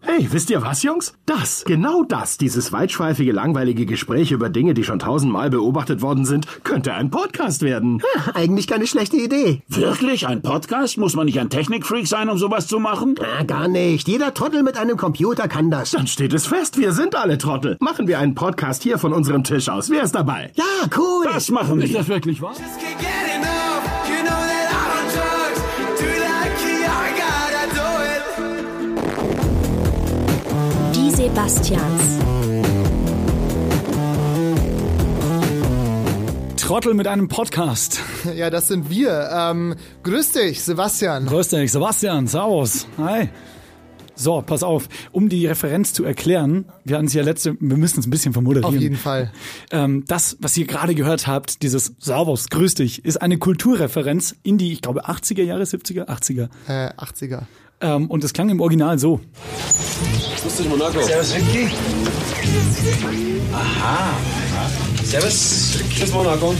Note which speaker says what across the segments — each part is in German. Speaker 1: Hey, wisst ihr was, Jungs? Das, genau das, dieses weitschweifige, langweilige Gespräch über Dinge, die schon tausendmal beobachtet worden sind, könnte ein Podcast werden.
Speaker 2: Eigentlich keine schlechte Idee.
Speaker 3: Wirklich? Ein Podcast? Muss man nicht ein Technikfreak sein, um sowas zu machen?
Speaker 2: Na, gar nicht. Jeder Trottel mit einem Computer kann das.
Speaker 1: Dann steht es fest, wir sind alle Trottel. Machen wir einen Podcast hier von unserem Tisch aus. Wer ist dabei?
Speaker 2: Ja, cool.
Speaker 3: Das machen wir.
Speaker 4: das wirklich wahr?
Speaker 5: just can't get enough. You know that I'm on drugs. Do that, Kiyaga, I do it.
Speaker 6: Die Sebastians.
Speaker 4: Trottel mit einem Podcast.
Speaker 7: Ja, das sind wir. Ähm, grüß dich, Sebastian.
Speaker 4: Grüß dich, Sebastian, Servus. Hi. So, pass auf, um die Referenz zu erklären, wir hatten es ja letzte, wir müssen es ein bisschen vermoderieren.
Speaker 7: Auf jeden Fall.
Speaker 4: Ähm, das, was ihr gerade gehört habt, dieses Servus, grüß dich, ist eine Kulturreferenz in die, ich glaube, 80er Jahre, 70er, 80er.
Speaker 7: Äh, 80er.
Speaker 4: Ähm, und es klang im Original so.
Speaker 8: Servus, Vicky. Aha. Servus. Tschüss, Monaco.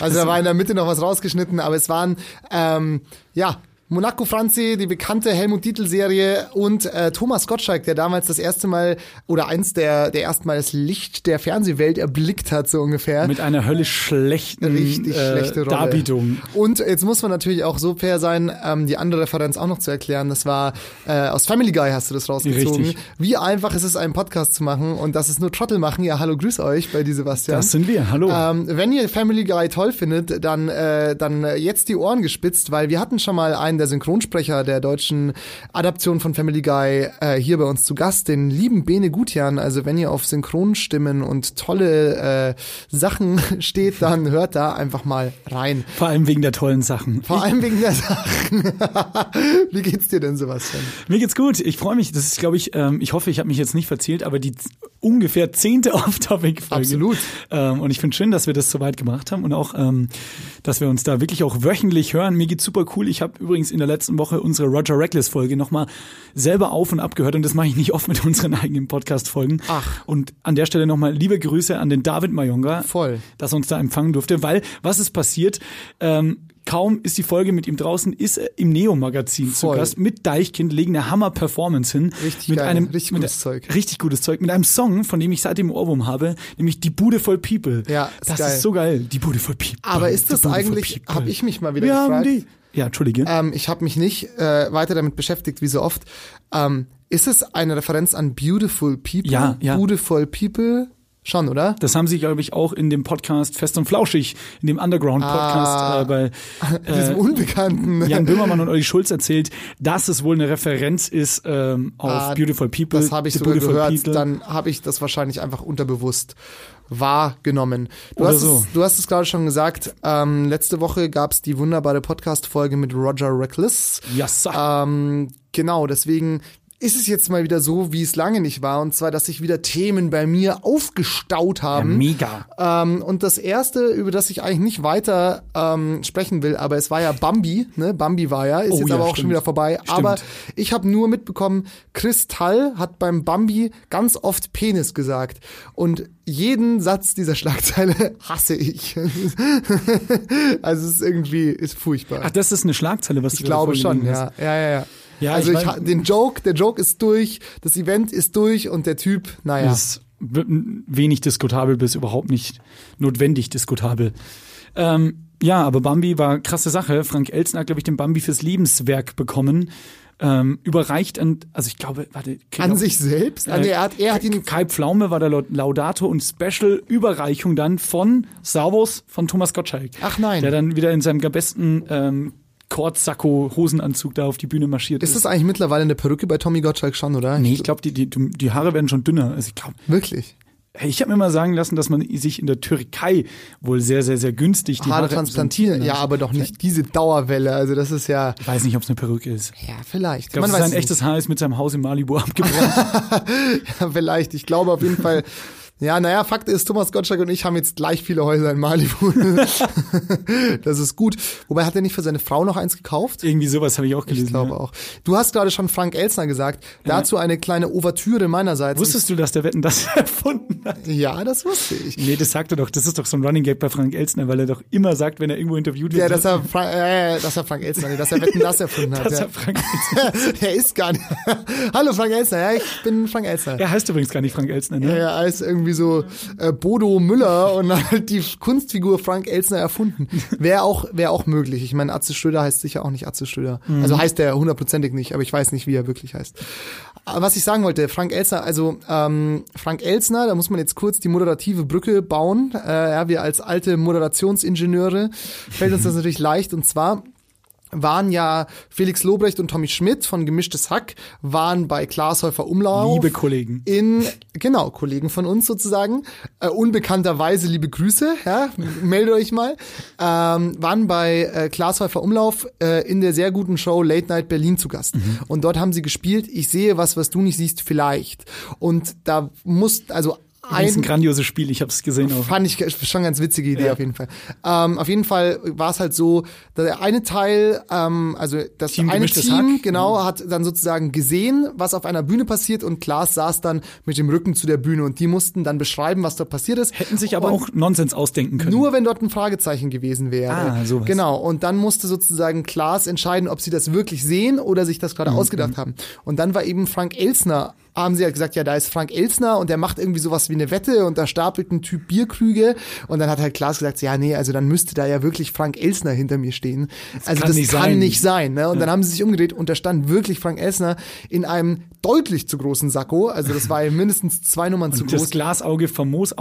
Speaker 7: Also da war in der Mitte noch was rausgeschnitten, aber es waren, ähm, ja, Monaco Franzi, die bekannte Helmut Dietl Serie und äh, Thomas Gottschalk, der damals das erste Mal oder eins der, der ersten Mal das Licht der Fernsehwelt erblickt hat, so ungefähr.
Speaker 4: Mit einer höllisch schlechten
Speaker 7: Äh, Richtig
Speaker 4: äh,
Speaker 7: schlechte Rolle.
Speaker 4: Darbietung.
Speaker 7: Und jetzt muss man natürlich auch so fair sein, ähm, die andere Referenz auch noch zu erklären. Das war äh, aus Family Guy hast du das rausgezogen.
Speaker 4: Richtig.
Speaker 7: Wie einfach ist es, einen Podcast zu machen und dass es nur Trottel machen. Ja, hallo, grüß euch bei die Sebastian.
Speaker 4: Das sind wir, hallo.
Speaker 7: Ähm, wenn ihr Family Guy toll findet, dann, äh, dann äh, jetzt die Ohren gespitzt, weil wir hatten schon mal einen der Synchronsprecher der deutschen Adaption von Family Guy äh, hier bei uns zu Gast, den lieben Bene Gutjan. Also wenn ihr auf Synchronstimmen und tolle äh, Sachen steht, dann hört da einfach mal rein.
Speaker 4: Vor allem wegen der tollen Sachen.
Speaker 7: Vor allem wegen der Sachen. Wie geht's dir denn, Sebastian?
Speaker 4: Mir geht's gut. Ich freue mich. Das ist, glaube ich, ähm, ich hoffe, ich habe mich jetzt nicht verzählt, aber die z- ungefähr zehnte Off-Topic-Folge.
Speaker 7: Absolut.
Speaker 4: Ähm, und ich finde schön, dass wir das so weit gemacht haben und auch, ähm, dass wir uns da wirklich auch wöchentlich hören. Mir geht's super cool. Ich habe übrigens in der letzten Woche unsere Roger Reckless-Folge nochmal selber auf und ab gehört und das mache ich nicht oft mit unseren eigenen Podcast-Folgen.
Speaker 7: Ach.
Speaker 4: Und an der Stelle nochmal liebe Grüße an den David Mayonga.
Speaker 7: Voll.
Speaker 4: Dass er uns da empfangen durfte, weil was ist passiert? Ähm, Kaum ist die Folge mit ihm draußen, ist er im Neo-Magazin zu
Speaker 7: Voll.
Speaker 4: Gast mit Deichkind legen eine Hammer-Performance hin.
Speaker 7: Richtig
Speaker 4: mit
Speaker 7: geil,
Speaker 4: einem
Speaker 7: richtig
Speaker 4: mit,
Speaker 7: gutes Zeug.
Speaker 4: Richtig gutes Zeug. Mit einem Song, von dem ich seitdem Ohrwurm habe, nämlich Die Bude voll People.
Speaker 7: Ja, ist
Speaker 4: das
Speaker 7: geil.
Speaker 4: ist so geil. Die Bude voll People.
Speaker 7: Aber ist
Speaker 4: Die
Speaker 7: das
Speaker 4: Bude voll
Speaker 7: eigentlich-
Speaker 4: People.
Speaker 7: hab ich mich mal wieder
Speaker 4: Wir haben
Speaker 7: gefragt.
Speaker 4: Die, ja, Entschuldige.
Speaker 7: Ähm, ich habe mich nicht äh, weiter damit beschäftigt, wie so oft. Ähm, ist es eine Referenz an Beautiful People?
Speaker 4: Ja, ja.
Speaker 7: Beautiful People? Schon, oder?
Speaker 4: das haben sie, glaube ich, auch in dem Podcast Fest und Flauschig, in dem Underground-Podcast
Speaker 7: Ah.
Speaker 4: äh, bei äh,
Speaker 7: Diesem Unbekannten.
Speaker 4: Jan Böhmermann und Olli Schulz erzählt, dass es wohl eine Referenz ist ähm, auf
Speaker 7: Ah,
Speaker 4: Beautiful People.
Speaker 7: Das habe ich
Speaker 4: The
Speaker 7: sogar
Speaker 4: Beautiful
Speaker 7: gehört.
Speaker 4: People.
Speaker 7: Dann habe ich das wahrscheinlich einfach unterbewusst wahrgenommen. Du,
Speaker 4: Oder
Speaker 7: hast,
Speaker 4: so.
Speaker 7: es, du hast es gerade schon gesagt. Ähm, letzte Woche gab es die wunderbare Podcast-Folge mit Roger Reckless.
Speaker 4: Ja, sir.
Speaker 7: Ähm, genau, deswegen ist es jetzt mal wieder so, wie es lange nicht war. Und zwar, dass sich wieder Themen bei mir aufgestaut haben.
Speaker 4: Mega.
Speaker 7: Ähm, und das erste, über das ich eigentlich nicht weiter ähm, sprechen will, aber es war ja Bambi, ne? Bambi war ja, ist
Speaker 4: Oh
Speaker 7: jetzt
Speaker 4: ja,
Speaker 7: aber auch schon
Speaker 4: stimmt.
Speaker 7: wieder vorbei.
Speaker 4: Stimmt.
Speaker 7: Aber ich habe nur mitbekommen, Kristall hat beim Bambi ganz oft Penis gesagt. Und jeden Satz dieser Schlagzeile hasse ich. also es ist irgendwie, ist furchtbar.
Speaker 4: Ach, das ist eine Schlagzeile, was
Speaker 7: Ich glaube schon,
Speaker 4: ja.
Speaker 7: ja. ja, ja, ja.
Speaker 4: Ja,
Speaker 7: also
Speaker 4: ich
Speaker 7: ich,
Speaker 4: mein-
Speaker 7: ha- den Joke, der Joke ist durch, das Event ist durch und der Typ, naja.
Speaker 4: ist w- n- wenig diskutabel bis überhaupt nicht notwendig diskutabel. Ähm, ja, aber Bambi war krasse Sache. Frank Elsen hat, glaube ich, den Bambi fürs Lebenswerk bekommen. Ähm, überreicht an, also ich glaube, warte,
Speaker 7: an sich selbst? An
Speaker 4: Äh,
Speaker 7: der, er, hat, er hat ihn
Speaker 4: Kai Pflaume war der Laud- Laudato und Special Überreichung dann von Servus von Thomas Gottschalk.
Speaker 7: Ach nein.
Speaker 4: Der dann wieder in seinem besten ähm, Kortsacko Hosenanzug da auf die Bühne marschiert
Speaker 7: Ist das eigentlich mittlerweile eine Perücke bei Tommy Gottschalk schon, oder?
Speaker 4: Nee, ich glaube, die, die, die Haare werden schon dünner. Also ich glaube,
Speaker 7: Wirklich.
Speaker 4: Hey, Ich habe mir mal sagen lassen, dass man sich in der Türkei wohl sehr, sehr, sehr günstig die
Speaker 7: Haare
Speaker 4: Haare,
Speaker 7: transplantieren.
Speaker 4: implantieren
Speaker 7: Ja, aber doch nicht diese Dauerwelle. Also das ist ja.
Speaker 4: lässt. Ich weiß nicht, ob es eine Perücke ist. Ich
Speaker 7: Ja, vielleicht.
Speaker 4: glaube,
Speaker 7: Man weiß
Speaker 4: sein
Speaker 7: es
Speaker 4: echtes Haar ist mit seinem Haus in Malibu abgebrochen.
Speaker 7: nicht. vielleicht. Ich glaube auf jeden Fall. Ja, naja, Fakt ist, Thomas Gottschalk und ich haben jetzt gleich viele Häuser in Malibu. das ist gut. Wobei hat er nicht für seine Frau noch eins gekauft?
Speaker 4: Irgendwie sowas habe ich auch gelesen.
Speaker 7: Ich glaube
Speaker 4: ja.
Speaker 7: auch. Du hast gerade schon Frank Elsner gesagt. Dazu eine kleine Ouvertüre meinerseits.
Speaker 4: Wusstest du, dass der Wetten das erfunden hat?
Speaker 7: ja, das wusste ich.
Speaker 4: Nee, das sagt er doch. Das ist doch so ein Running Gag bei Frank Elsner, weil er doch immer sagt, wenn er irgendwo interviewt wird,
Speaker 7: Ja, dass er, Fra äh, dass er Frank Elsner, nee, dass er Wetten, das erfunden hat.
Speaker 4: dass
Speaker 7: ja.
Speaker 4: er Frank
Speaker 7: er ist gar nicht. Hallo Frank Elsner, ja, ich bin Frank Elsner.
Speaker 4: Er heißt übrigens gar nicht Frank Elsner, ne?
Speaker 7: Ja, er ist irgendwie so äh, Bodo Müller und halt die Kunstfigur Frank Elsner erfunden. Wäre auch, wäre auch möglich. Ich meine, Atze Schröder heißt sicher auch nicht Atze Schröder.
Speaker 4: Mhm.
Speaker 7: Also heißt er hundertprozentig nicht, aber ich weiß nicht, wie er wirklich heißt. Aber was ich sagen wollte, Frank Elsner, also ähm, Frank Elsner, da muss man jetzt kurz die moderative Brücke bauen. Äh, ja, wir als alte Moderationsingenieure fällt uns das natürlich leicht und zwar waren ja Felix Lobrecht und Tommy Schmidt von Gemischtes Hack, waren bei Glashäufer Umlauf.
Speaker 4: Liebe Kollegen.
Speaker 7: In, genau, Kollegen von uns sozusagen. Äh, unbekannterweise liebe Grüße, ja, meldet euch mal. Ähm, waren bei äh, Glashäufer Umlauf äh, in der sehr guten Show Late Night Berlin zu Gast. Und dort haben sie gespielt, ich sehe was, was du nicht siehst, vielleicht. Und da muss, also
Speaker 4: Das ist ein
Speaker 7: ein,
Speaker 4: grandioses Spiel, ich habe es gesehen auch.
Speaker 7: Fand ich schon ganz witzige Idee auf jeden Fall. Ähm, auf jeden Fall war es halt so, dass der eine Teil, ähm, also das
Speaker 4: Team
Speaker 7: eine
Speaker 4: gemischtes
Speaker 7: Team,
Speaker 4: Hack. Mhm.
Speaker 7: genau, hat dann sozusagen gesehen, was auf einer Bühne passiert und Klaas saß dann mit dem Rücken zu der Bühne und die mussten dann beschreiben, was dort passiert ist.
Speaker 4: Hätten sich aber
Speaker 7: und
Speaker 4: auch Nonsens ausdenken können.
Speaker 7: nur wenn dort ein Fragezeichen gewesen wäre.
Speaker 4: Ah, sowas.
Speaker 7: Genau. Und dann musste sozusagen Klaas entscheiden, ob sie das wirklich sehen oder sich das gerade
Speaker 4: Mhm.
Speaker 7: ausgedacht haben. Und dann war eben Frank Elsner, haben sie halt gesagt, ja, da ist Frank Elsner und der macht irgendwie sowas wie eine Wette und da stapelt ein Typ Bierkrüge. Und dann hat halt Klaas gesagt, ja, nee, also dann müsste da ja wirklich Frank Elsner hinter mir stehen. also
Speaker 4: kann
Speaker 7: das
Speaker 4: nicht
Speaker 7: kann
Speaker 4: sein.
Speaker 7: nicht sein. Ne? Und dann haben sie sich umgedreht und da stand wirklich Frank Elsner in einem deutlich zu großen Sakko. Also das war ja mindestens zwei Nummern zu
Speaker 4: das
Speaker 7: groß.
Speaker 4: Glasauge famos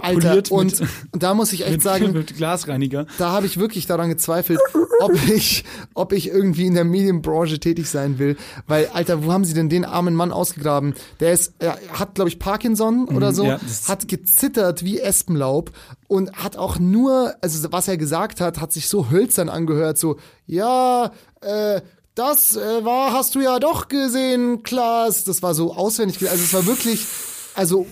Speaker 7: Alter,
Speaker 4: aufgepoliert
Speaker 7: und,
Speaker 4: mit,
Speaker 7: und da muss ich echt
Speaker 4: mit,
Speaker 7: sagen,
Speaker 4: mit Glasreiniger.
Speaker 7: da habe ich wirklich daran gezweifelt, ob ich, ob ich irgendwie in der Medienbranche tätig sein will. Weil, Alter, wo haben sie denn den armen Mann ausgegraben? Der ist, er hat, glaube ich, Parkinson oder so,
Speaker 4: Mhm, ja, das-
Speaker 7: hat gezittert wie Espenlaub und hat auch nur, also was er gesagt hat, hat sich so hölzern angehört, so, ja, äh, das äh, war, hast du ja doch gesehen, Klaas. Das war so auswendig, also es war wirklich, also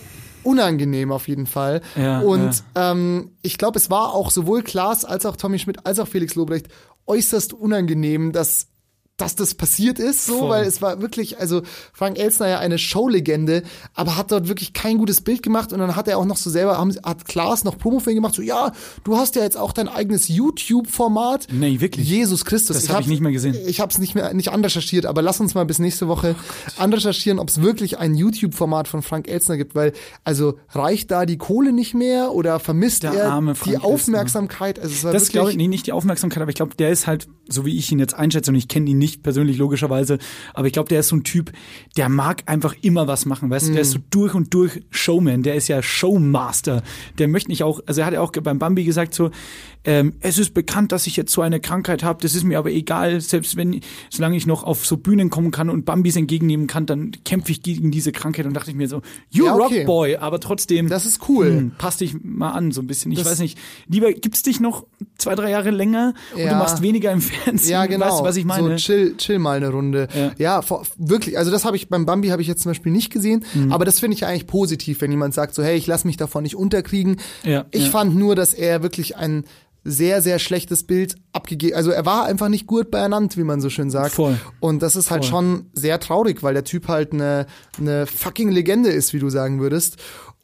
Speaker 7: unangenehm auf jeden Fall.
Speaker 4: Ja,
Speaker 7: und
Speaker 4: ja.
Speaker 7: ähm, ich glaube, es war auch sowohl Klaas als auch Tommy Schmidt als auch Felix Lobrecht äußerst unangenehm, dass dass das passiert ist, so,
Speaker 4: Voll.
Speaker 7: weil es war wirklich, also Frank Elsner ja eine Showlegende, aber hat dort wirklich kein gutes Bild gemacht und dann hat er auch noch so selber, haben, hat Klaas noch Promo für ihn gemacht, so, ja, du hast ja jetzt auch dein eigenes YouTube-Format.
Speaker 4: Nee, wirklich.
Speaker 7: Jesus Christus.
Speaker 4: Das hab ich
Speaker 7: hab-
Speaker 4: nicht mehr gesehen. Oh
Speaker 7: Ich habe es nicht mehr, nicht anrecherchiert, aber lass uns mal bis nächste Woche anrecherchieren, ob es wirklich ein YouTube-Format von Frank Elsner gibt, weil, also reicht da die Kohle nicht mehr oder vermisst
Speaker 4: Der
Speaker 7: er
Speaker 4: arme
Speaker 7: die
Speaker 4: Frank
Speaker 7: Aufmerksamkeit? Also es war
Speaker 4: Das
Speaker 7: wirklich-
Speaker 4: glaube ich, nee, nicht die Aufmerksamkeit, aber ich glaube, der ist halt, so wie ich ihn jetzt einschätze, und ich kenne ihn nicht persönlich logischerweise, aber ich glaube, der ist so ein Typ, der mag einfach immer was machen, weißt du, der ist
Speaker 7: Mhm.
Speaker 4: so durch und durch Showman, der ist ja Showmaster, der möchte nicht auch, also er hat ja auch beim Bambi gesagt so, ähm, es ist bekannt, dass ich jetzt so eine Krankheit habe, das ist mir aber egal, selbst wenn, solange ich noch auf so Bühnen kommen kann und Bambis entgegennehmen kann, dann kämpfe ich gegen diese Krankheit und dachte ich mir so, you
Speaker 7: Ja, okay.
Speaker 4: rock boy, aber trotzdem.
Speaker 7: Das ist cool.
Speaker 4: Hm, passt dich mal an, so ein bisschen. Ich
Speaker 7: Das-
Speaker 4: weiß nicht. Lieber gibst dich noch zwei, drei Jahre länger und du
Speaker 7: Ja.
Speaker 4: machst weniger im Fernsehen.
Speaker 7: Ja, genau.
Speaker 4: Weißt du, was ich meine?
Speaker 7: So chill, chill mal eine Runde.
Speaker 4: Ja.
Speaker 7: Ja, vor, wirklich. Also das habe ich beim Bambi habe ich jetzt zum Beispiel nicht gesehen,
Speaker 4: Mhm.
Speaker 7: aber das finde ich ja eigentlich positiv, wenn jemand sagt so, hey, ich lass mich davon nicht unterkriegen.
Speaker 4: Ja,
Speaker 7: ich
Speaker 4: ja.
Speaker 7: fand nur, dass er wirklich ein sehr, sehr schlechtes Bild abgegeben. Also er war einfach nicht gut beieinander, wie man so schön sagt.
Speaker 4: Voll.
Speaker 7: Und das ist halt schon sehr traurig, weil der Typ halt eine, eine fucking Legende ist, wie du sagen würdest.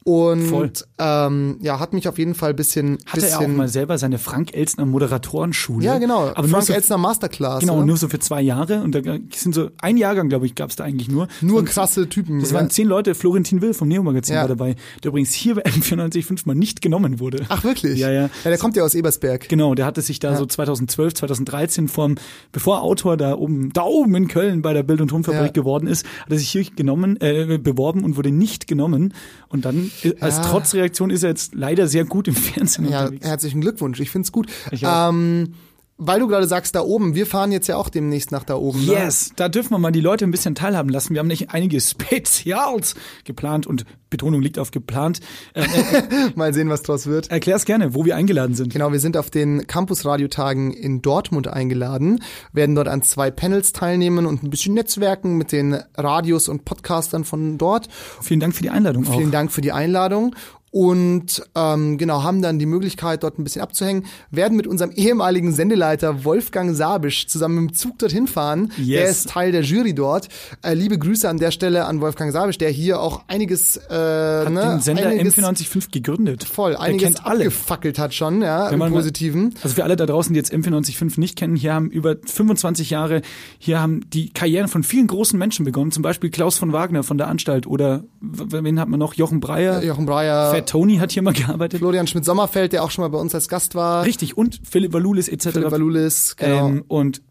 Speaker 4: Voll.
Speaker 7: Und ähm, ja, hat mich auf jeden Fall ein bisschen.
Speaker 4: Hatte er
Speaker 7: bisschen
Speaker 4: auch mal selber seine Frank Elsner Moderatorenschule.
Speaker 7: ja, genau.
Speaker 4: Aber nur
Speaker 7: Frank
Speaker 4: so,
Speaker 7: Elsner Masterclass. ne?
Speaker 4: Genau,
Speaker 7: oder?
Speaker 4: nur so für zwei Jahre. Und da sind so ein Jahrgang, glaube ich, gab es da eigentlich nur.
Speaker 7: Nur
Speaker 4: Und
Speaker 7: krasse Typen.
Speaker 4: Das
Speaker 7: ja.
Speaker 4: waren zehn Leute. Florentin Will vom Neo-Magazin
Speaker 7: Ja.
Speaker 4: war dabei, der übrigens hier bei M945 mal nicht genommen wurde.
Speaker 7: Ach wirklich?
Speaker 4: Ja, ja.
Speaker 7: ja der kommt ja aus Ebersberg.
Speaker 4: Genau, der hatte sich da so 2012, 2013 vorm, bevor Autor da oben, da oben in Köln bei der Bild- und Tonfabrik
Speaker 7: Ja.
Speaker 4: geworden ist, hat er sich hier genommen, äh, beworben und wurde nicht genommen. Und dann äh, als Trotzreaktion ist er jetzt leider sehr gut im Fernsehen
Speaker 7: Ja,
Speaker 4: Genau, unterwegs.
Speaker 7: herzlichen Glückwunsch. Ich find's gut.
Speaker 4: Ich auch.
Speaker 7: Ähm, weil du gerade sagst, da oben, wir fahren jetzt ja auch demnächst nach da oben. ne?
Speaker 4: Yes, da dürfen wir mal die Leute ein bisschen teilhaben lassen. Wir haben nicht einige Spezials geplant und Betonung liegt auf geplant. Äh,
Speaker 7: Ne? Mal sehen, was draus wird.
Speaker 4: erklär's gerne, wo wir eingeladen sind.
Speaker 7: Genau, wir sind auf den Campus-Radiotagen in Dortmund eingeladen, werden dort an zwei Panels teilnehmen und ein bisschen netzwerken mit den Radios und Podcastern von dort.
Speaker 4: Vielen Dank für die Einladung auch.
Speaker 7: Vielen Dank für die Einladung. und ähm, genau haben dann die Möglichkeit, dort ein bisschen abzuhängen. Werden mit unserem ehemaligen Sendeleiter Wolfgang Sabisch zusammen im Zug dorthin fahren.
Speaker 4: Yes.
Speaker 7: Der ist Teil der Jury dort. Äh, liebe Grüße an der Stelle an Wolfgang Sabisch, der hier auch einiges, äh, hat ne,
Speaker 4: den Sender
Speaker 7: einiges
Speaker 4: M945 gegründet.
Speaker 7: voll,
Speaker 4: Der
Speaker 7: einiges
Speaker 4: kennt alle.
Speaker 7: abgefackelt hat schon, ja, im
Speaker 4: man mal-
Speaker 7: Positiven.
Speaker 4: Also für alle da draußen, die jetzt M495 nicht kennen, hier haben über 25 Jahre, hier haben die Karrieren von vielen großen Menschen begonnen, zum Beispiel Klaus von Wagner von der Anstalt oder w- wen hat man noch? Jochen Breyer.
Speaker 7: Jochen Breyer,
Speaker 4: Fat Tony hat hier mal gearbeitet.
Speaker 7: Florian Schmidt-Sommerfeld, der auch schon mal bei uns als Gast war.
Speaker 4: Richtig, und Philipp Valulis etc.
Speaker 7: Philipp Valulis, genau.
Speaker 4: ähm, und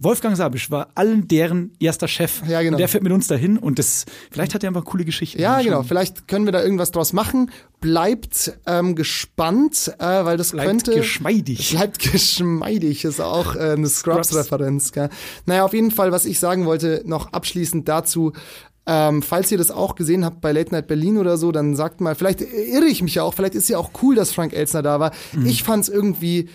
Speaker 4: Wolfgang Sabisch war allen deren erster Chef.
Speaker 7: Ja, genau.
Speaker 4: Und der fährt mit uns dahin und das, vielleicht hat er einfach coole Geschichten.
Speaker 7: ja,
Speaker 4: Mal
Speaker 7: genau.
Speaker 4: schauen.
Speaker 7: Vielleicht können wir da irgendwas draus machen. Bleibt ähm, gespannt, äh, weil das
Speaker 4: Bleibt
Speaker 7: könnte.
Speaker 4: geschmeidig.
Speaker 7: Bleibt geschmeidig, ist auch äh, eine Scrubs-Referenz. gell? Naja, auf jeden Fall, was ich sagen wollte, noch abschließend dazu. Ähm, falls ihr das auch gesehen habt bei Late Night Berlin oder so, dann sagt mal, vielleicht irre ich mich ja auch, vielleicht ist ja auch cool, dass Frank Elsner da war.
Speaker 4: Mhm.
Speaker 7: Ich fand es irgendwie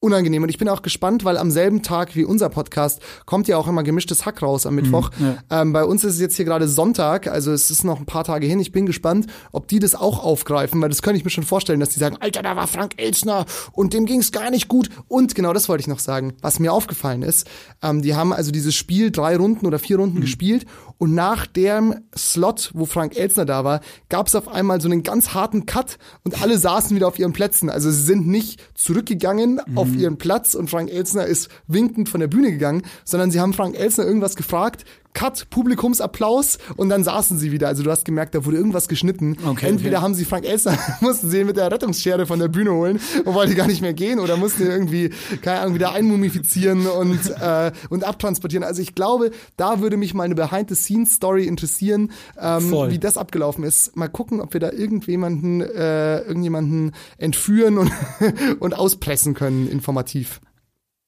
Speaker 7: unangenehm. Und ich bin auch gespannt, weil am selben Tag wie unser Podcast kommt ja auch immer gemischtes Hack raus am Mittwoch. ähm, bei uns ist es jetzt hier gerade Sonntag, also es ist noch ein paar Tage hin. Ich bin gespannt, ob die das auch aufgreifen, weil das könnte ich mir schon vorstellen, dass die sagen, Alter, da war Frank Elsner und dem ging's gar nicht gut. Und genau das wollte ich noch sagen, was mir aufgefallen ist. Ähm, die haben also dieses Spiel drei Runden oder vier Runden gespielt und nach dem Slot, wo Frank Elsner da war, gab es auf einmal so einen ganz harten Cut und alle saßen wieder auf ihren Plätzen. Also sie sind nicht zurückgegangen
Speaker 4: Mhm.
Speaker 7: auf ihren Platz und Frank Elsner ist winkend von der Bühne gegangen, sondern sie haben Frank Elsner irgendwas gefragt, Cut, Publikumsapplaus und dann saßen sie wieder. Also du hast gemerkt, da wurde irgendwas geschnitten.
Speaker 4: Okay,
Speaker 7: Entweder
Speaker 4: okay.
Speaker 7: haben sie Frank Elsner, mussten sie ihn mit der Rettungsschere von der Bühne holen und wollte gar nicht mehr gehen oder mussten ihn irgendwie, keine Ahnung, wieder einmumifizieren und, äh, und abtransportieren. Also ich glaube, da würde mich mal eine Behind-the-Scenes-Story interessieren, ähm,
Speaker 4: Voll.
Speaker 7: wie das abgelaufen ist. Mal gucken, ob wir da irgendjemanden, äh, irgendjemanden entführen und, und auspressen können, informativ.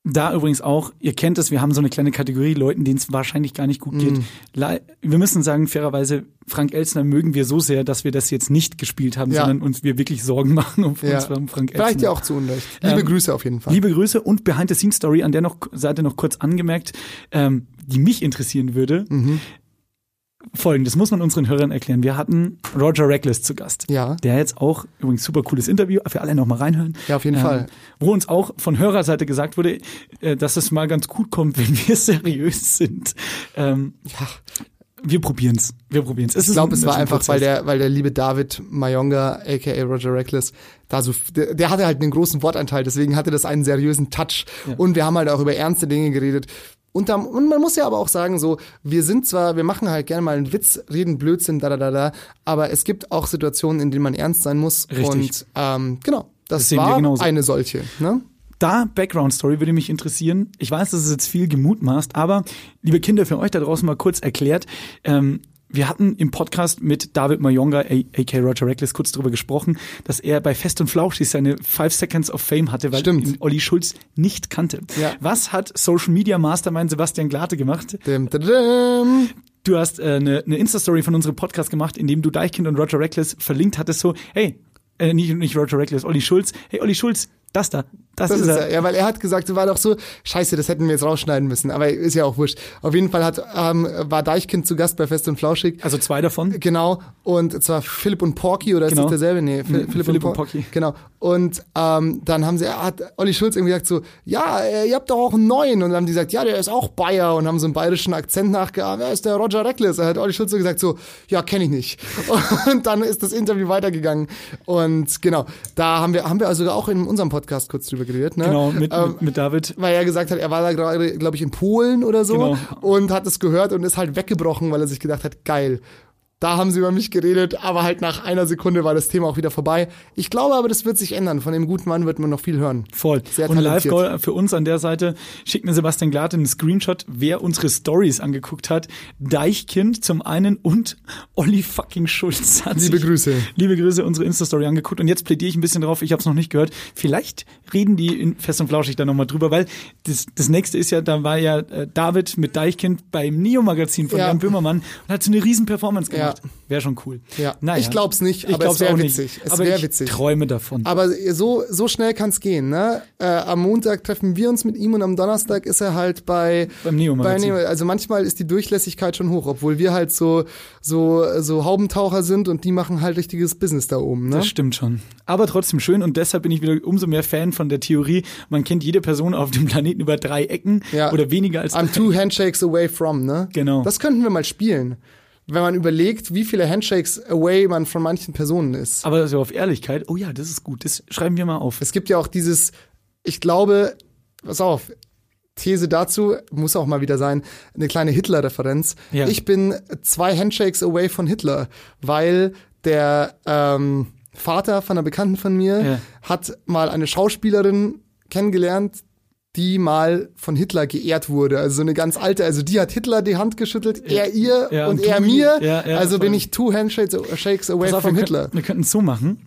Speaker 4: Da übrigens auch, ihr kennt es, wir haben so eine kleine Kategorie Leuten, denen es wahrscheinlich gar nicht gut
Speaker 7: Mhm.
Speaker 4: geht. Le- Wir müssen sagen, fairerweise, Frank Elsner mögen wir so sehr, dass wir das jetzt nicht gespielt haben,
Speaker 7: Ja.
Speaker 4: sondern uns wir wirklich Sorgen machen um
Speaker 7: Ja.
Speaker 4: uns um Frank Ähm, Elsner.
Speaker 7: Vielleicht ja auch zu Unrecht. Liebe Grüße auf jeden Fall.
Speaker 4: Liebe Grüße und Behind the Scenes Story, an der noch, Seite noch kurz angemerkt, ähm, die mich interessieren würde.
Speaker 7: Mhm.
Speaker 4: Folgendes muss man unseren Hörern erklären. Wir hatten Roger Reckless zu Gast.
Speaker 7: Ja.
Speaker 4: Der jetzt auch, übrigens super cooles Interview, für alle nochmal reinhören. Ähm,
Speaker 7: Ja, auf jeden Fall.
Speaker 4: Wo uns auch von Hörerseite gesagt wurde, äh, dass es mal ganz gut kommt, wenn wir seriös sind. Ähm, Wir probieren's. Wir probieren's.
Speaker 7: Ich glaube, es war einfach, weil der, weil der liebe David Mayonga, aka Roger Reckless, da so, der, der hatte halt einen großen Wortanteil, deswegen hatte das einen seriösen Touch. Und wir haben halt auch über ernste Dinge geredet. Und, dann, und man muss ja aber auch sagen, so, wir sind zwar, wir machen halt gerne mal einen Witz, reden Blödsinn, da, da, da, da, aber es gibt auch Situationen, in denen man ernst sein muss.
Speaker 4: Richtig.
Speaker 7: Und ähm, genau, das,
Speaker 4: Das sehen wir
Speaker 7: war
Speaker 4: genauso.
Speaker 7: eine solche. Ne?
Speaker 4: da Background Story würde mich interessieren. Ich weiß, das ist jetzt viel gemutmaßt, aber liebe Kinder, für euch da draußen mal kurz erklärt. Ähm, wir hatten im Podcast mit David Mayonga, a- a.k. Roger Reckless, kurz darüber gesprochen, dass er bei Fest und Flauschig seine Five Seconds of Fame hatte, weil
Speaker 7: Stimmt.
Speaker 4: ihn Olli Schulz nicht kannte.
Speaker 7: Ja.
Speaker 4: Was hat Social Media Mastermind Sebastian Glate gemacht?
Speaker 7: Dim, dim, dim.
Speaker 4: Du hast äh, eine, eine Insta-Story von unserem Podcast gemacht, in dem du Deichkind und Roger Reckless verlinkt hattest, so, hey, äh, nicht, nicht Roger Reckless, Olli Schulz, hey Olli Schulz, das da, das,
Speaker 7: Das
Speaker 4: ist er.
Speaker 7: Ja, weil er hat gesagt, war doch so, scheiße, das hätten wir jetzt rausschneiden müssen. Aber ist ja auch wurscht. Auf jeden Fall hat, ähm, war Deichkind zu Gast bei Fest und Flauschig.
Speaker 4: Also zwei davon.
Speaker 7: Genau, und zwar Philipp und Porky, oder ist
Speaker 4: Genau.
Speaker 7: das derselbe? Nee, Phil-
Speaker 4: Nee, Philipp
Speaker 7: Por-
Speaker 4: und Porky.
Speaker 7: Genau. Und ähm, dann haben sie, hat Olli Schulz irgendwie gesagt so, ja, äh, ihr habt doch auch einen neuen. Und dann haben die gesagt, ja, der ist auch Bayer und haben so einen bayerischen Akzent nachgeahmt. Wer ist der Roger Reckless? Dann hat Olli Schulz so gesagt so, ja, kenne ich nicht. Und dann ist das Interview weitergegangen. Und genau, da haben wir, haben wir also sogar auch in unserem Podcast kurz drüber geredet. Ne?
Speaker 4: Genau, mit,
Speaker 7: Ähm,
Speaker 4: mit, mit David.
Speaker 7: weil er gesagt hat, er war da gerade, glaube ich, in Polen oder so
Speaker 4: Genau.
Speaker 7: und hat es gehört und ist halt weggebrochen, weil er sich gedacht hat, geil. Da haben sie über mich geredet, aber halt nach einer Sekunde war das Thema auch wieder vorbei. Ich glaube aber, das wird sich ändern. Von dem guten Mann wird man noch viel hören.
Speaker 4: Voll.
Speaker 7: Sehr
Speaker 4: und
Speaker 7: talentiert.
Speaker 4: Live-Goal für uns an der Seite. Schickt mir Sebastian Glate einen Screenshot, wer unsere Stories angeguckt hat. Deichkind zum einen und Olli fucking Schulz hat
Speaker 7: Liebe
Speaker 4: sich,
Speaker 7: Grüße.
Speaker 4: Liebe Grüße, unsere Insta-Story angeguckt. Und jetzt plädiere ich ein bisschen drauf, ich habe es noch nicht gehört. Vielleicht reden die in Fest und Flauschig da nochmal drüber, weil das, das nächste ist ja, da war ja äh, David mit Deichkind beim Neo-Magazin von
Speaker 7: Ja.
Speaker 4: Jan Böhmermann und hat so eine riesen Performance gemacht. gemacht. Wäre schon cool.
Speaker 7: Ja.
Speaker 4: Naja.
Speaker 7: Ich glaub's nicht,
Speaker 4: Ich
Speaker 7: aber es
Speaker 4: glaub's
Speaker 7: wär
Speaker 4: auch
Speaker 7: witzig.
Speaker 4: Nicht.
Speaker 7: Es
Speaker 4: aber
Speaker 7: wär
Speaker 4: ich
Speaker 7: witzig.
Speaker 4: träume davon.
Speaker 7: Aber so, so schnell kann's gehen, ne? Äh, am Montag treffen wir uns mit ihm und am Donnerstag ist er halt bei
Speaker 4: Beim Neo-Magazin.
Speaker 7: bei Also manchmal ist die Durchlässigkeit schon hoch, obwohl wir halt so so so Haubentaucher sind und die machen halt richtiges Business da oben, ne?
Speaker 4: Das stimmt schon. Aber trotzdem schön und deshalb bin ich wieder umso mehr Fan von der Theorie, man kennt jede Person auf dem Planeten über drei Ecken
Speaker 7: Ja.
Speaker 4: oder weniger als
Speaker 7: I'm
Speaker 4: drei.
Speaker 7: two handshakes away from, ne?
Speaker 4: Genau.
Speaker 7: Das könnten wir mal spielen, wenn man überlegt, wie viele Handshakes away man von manchen Personen ist.
Speaker 4: Aber so auf Ehrlichkeit, oh ja, das ist gut, das schreiben wir mal auf.
Speaker 7: Es gibt ja auch dieses, ich glaube, pass auf, These dazu, muss auch mal wieder sein, eine kleine Hitler-Referenz.
Speaker 4: Ja.
Speaker 7: Ich bin zwei Handshakes away von Hitler, weil der ähm, Vater von einer Bekannten von mir
Speaker 4: Ja.
Speaker 7: hat mal eine Schauspielerin kennengelernt, die mal von Hitler geehrt wurde. Also so eine ganz alte, also die hat Hitler die Hand geschüttelt, er ihr
Speaker 4: Ja,
Speaker 7: und,
Speaker 4: und
Speaker 7: er
Speaker 4: du-
Speaker 7: mir.
Speaker 4: Ja, ja,
Speaker 7: also bin
Speaker 4: voll.
Speaker 7: ich two handshakes shakes away
Speaker 4: Pass auf,
Speaker 7: from
Speaker 4: wir
Speaker 7: Hitler.
Speaker 4: Können, wir könnten es so machen.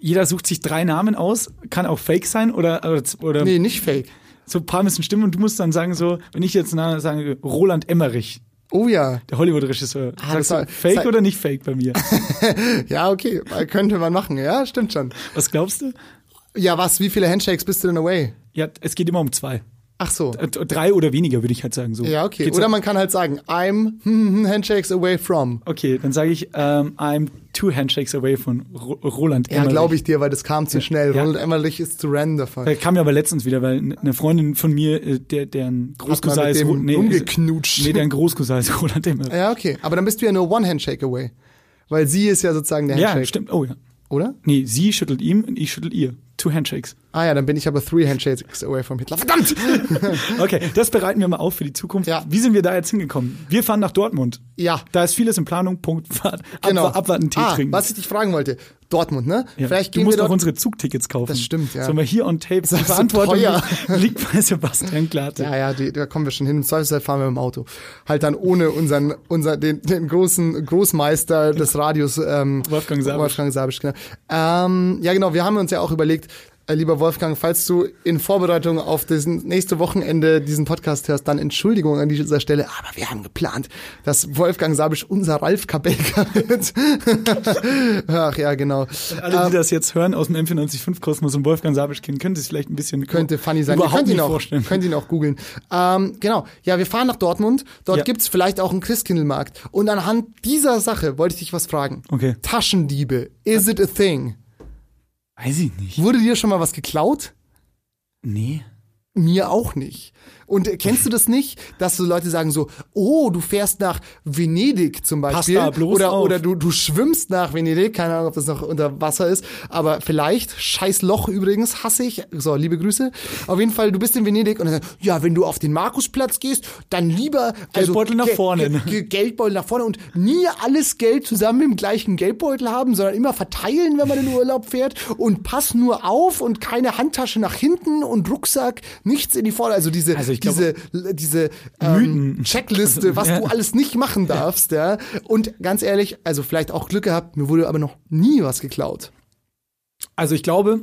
Speaker 4: Jeder sucht sich drei Namen aus, kann auch fake sein oder, oder, oder
Speaker 7: Nee, nicht fake.
Speaker 4: so ein paar müssen stimmen und du musst dann sagen so, wenn ich jetzt na- sage Roland Emmerich,
Speaker 7: Oh ja.
Speaker 4: der Hollywood-Regisseur, sagst
Speaker 7: Ah, das war-
Speaker 4: du fake
Speaker 7: das war-
Speaker 4: oder nicht fake bei mir?
Speaker 7: Ja, okay, äh, könnte man machen, ja, stimmt schon.
Speaker 4: Was glaubst du?
Speaker 7: Ja, was, wie viele Handshakes bist du denn away?
Speaker 4: Ja, es geht immer um zwei.
Speaker 7: Ach so.
Speaker 4: Äh, Drei oder weniger würde ich halt sagen so.
Speaker 7: Ja, okay.
Speaker 4: Geht's
Speaker 7: Oder man kann halt sagen, I'm hm, hm, Handshakes away from.
Speaker 4: Okay, dann sage ich, ähm, I'm two handshakes away von Ro Roland
Speaker 7: Ja, glaube ich dir, weil das kam zu schnell.
Speaker 4: Ja.
Speaker 7: Ronald Emmerich ist zu random davon.
Speaker 4: Der kam ja aber letztens wieder, weil eine Freundin von mir, äh, der, deren Großcousin
Speaker 7: mit
Speaker 4: ist,
Speaker 7: dem
Speaker 4: Ro- nee,
Speaker 7: umgeknutscht.
Speaker 4: Nee, deren Großcousin ist Roland Emmerich.
Speaker 7: Ja, okay. Aber dann bist du ja nur one Handshake away. Weil sie ist ja sozusagen der
Speaker 4: Ja,
Speaker 7: Handshake,
Speaker 4: stimmt. Oh ja.
Speaker 7: oder?
Speaker 4: Nee, sie schüttelt ihm und ich schüttel ihr. Two handshakes.
Speaker 7: Ah ja, dann bin ich aber three Handshakes away from Hitler. Verdammt!
Speaker 4: Okay, das bereiten wir mal auf für die Zukunft.
Speaker 7: Ja.
Speaker 4: Wie sind wir da jetzt hingekommen? Wir fahren nach Dortmund.
Speaker 7: Ja.
Speaker 4: Da ist vieles in Planung. Punkt. Fahrt.
Speaker 7: Genau.
Speaker 4: Abwa abwarten, Tee
Speaker 7: ah,
Speaker 4: trinken.
Speaker 7: was ich dich fragen wollte. Dortmund, ne?
Speaker 4: Ja.
Speaker 7: Vielleicht
Speaker 4: du
Speaker 7: gehen wir
Speaker 4: musst auch
Speaker 7: dort
Speaker 4: unsere Zugtickets kaufen.
Speaker 7: Das stimmt, ja.
Speaker 4: Sollen wir hier on tape. Die
Speaker 7: ist so
Speaker 4: Verantwortung
Speaker 7: teuer.
Speaker 4: liegt bei Sebastian Glatte.
Speaker 7: Ja, ja, die, da kommen wir schon hin. Im Zweifelsfall fahren wir mit dem Auto. Halt dann ohne unseren, unser, den, den großen Großmeister des Radios, ähm,
Speaker 4: Wolfgang Sabisch.
Speaker 7: Wolfgang Sabisch, genau. Ähm, ja, genau, wir haben uns ja auch überlegt, äh, lieber Wolfgang, falls du in Vorbereitung auf das nächste Wochenende diesen Podcast hörst, dann Entschuldigung an dieser Stelle, aber wir haben geplant, dass Wolfgang Sabisch unser Ralf Kabelka wird. Ach ja, genau.
Speaker 4: Alle, die das jetzt hören aus dem M495-Kosmos und Wolfgang Sabisch kennen, können sich vielleicht ein bisschen
Speaker 7: könnte funny sein. Ihr
Speaker 4: Überhaupt
Speaker 7: könnt ihn
Speaker 4: nicht
Speaker 7: auch,
Speaker 4: vorstellen.
Speaker 7: könnt ihn auch googeln. Ähm, genau. Ja, wir fahren nach Dortmund. Dort
Speaker 4: Ja.
Speaker 7: gibt's vielleicht auch einen Christkindlmarkt. Und anhand dieser Sache wollte ich dich was fragen.
Speaker 4: Okay.
Speaker 7: Taschendiebe. Is it a thing?
Speaker 4: Weiß ich nicht.
Speaker 7: Wurde dir schon mal was geklaut?
Speaker 4: Nee.
Speaker 7: Mir auch nicht. Und äh, kennst du das nicht, dass so Leute sagen so, oh, du fährst nach Venedig zum Beispiel.
Speaker 4: da bloß
Speaker 7: oder
Speaker 4: auf.
Speaker 7: oder du, du schwimmst nach Venedig, keine Ahnung, ob das noch unter Wasser ist, aber vielleicht, scheiß Loch übrigens, hasse ich. So, liebe Grüße. Auf jeden Fall, du bist in Venedig und dann sagst du, ja, wenn du auf den Markusplatz gehst, dann lieber also
Speaker 4: Geldbeutel nach
Speaker 7: Ge-
Speaker 4: vorne.
Speaker 7: Ge Ge Geldbeutel nach vorne und nie alles Geld zusammen im gleichen Geldbeutel haben, sondern immer verteilen, wenn man in Urlaub fährt und pass nur auf und keine Handtasche nach hinten und Rucksack, nichts in die Vorder. Also diese,
Speaker 4: Also ich glaub-
Speaker 7: diese, diese ähm, Checkliste, was
Speaker 4: Ja.
Speaker 7: du alles nicht machen darfst, ja. Und ganz ehrlich, also vielleicht auch Glück gehabt, mir wurde aber noch nie was geklaut.
Speaker 4: Also ich glaube,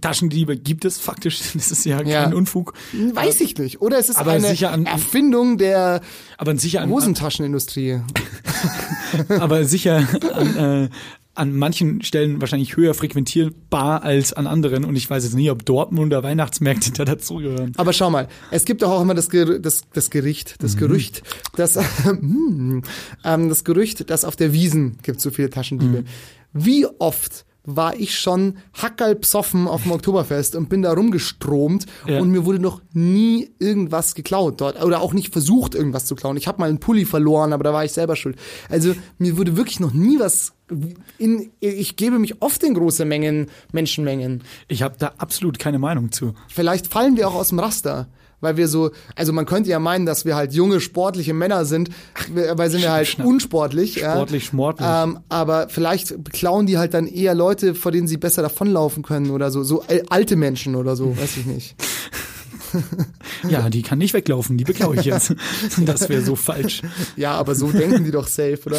Speaker 4: Taschendiebe gibt es faktisch. Das ist ja,
Speaker 7: Ja.
Speaker 4: kein Unfug.
Speaker 7: Hm, Weiß ich nicht. Oder es ist
Speaker 4: Aber
Speaker 7: eine
Speaker 4: sicher an-
Speaker 7: Erfindung der
Speaker 4: Aber sicher an,
Speaker 7: Hosentaschenindustrie.
Speaker 4: aber sicher an, äh, an manchen Stellen wahrscheinlich höher frequentierbar als an anderen. Und ich weiß jetzt nie, ob Dortmunder Weihnachtsmärkte da dazugehören.
Speaker 7: Aber schau mal, es gibt doch auch immer das, Ger das, das Gericht, das Gerücht, das, ähm, das Gerücht, dass auf der Wiesen gibt so viele Taschendiebe. Wie oft war ich schon hackerl psoffen auf dem Oktoberfest und bin da rumgestromt
Speaker 4: Ja.
Speaker 7: und mir wurde noch nie irgendwas geklaut dort oder auch nicht versucht irgendwas zu klauen. Ich habe mal einen Pulli verloren, aber da war ich selber schuld. Also mir wurde wirklich noch nie was in ich gebe mich oft in große Mengen Menschenmengen
Speaker 4: Ich habe da absolut keine Meinung zu.
Speaker 7: vielleicht fallen wir auch aus dem Raster. Weil wir so, also man könnte ja meinen, dass wir halt junge, sportliche Männer sind, weil sind wir halt unsportlich.
Speaker 4: Sportlich,
Speaker 7: ja.
Speaker 4: schmortlich.
Speaker 7: Ähm, aber vielleicht klauen die halt dann eher Leute, vor denen sie besser davonlaufen können oder so. So al- alte Menschen oder so, weiß ich nicht.
Speaker 4: Ja, die kann nicht weglaufen, die beklaue ich jetzt. Das wäre so falsch.
Speaker 7: Ja, aber so denken die doch safe, oder?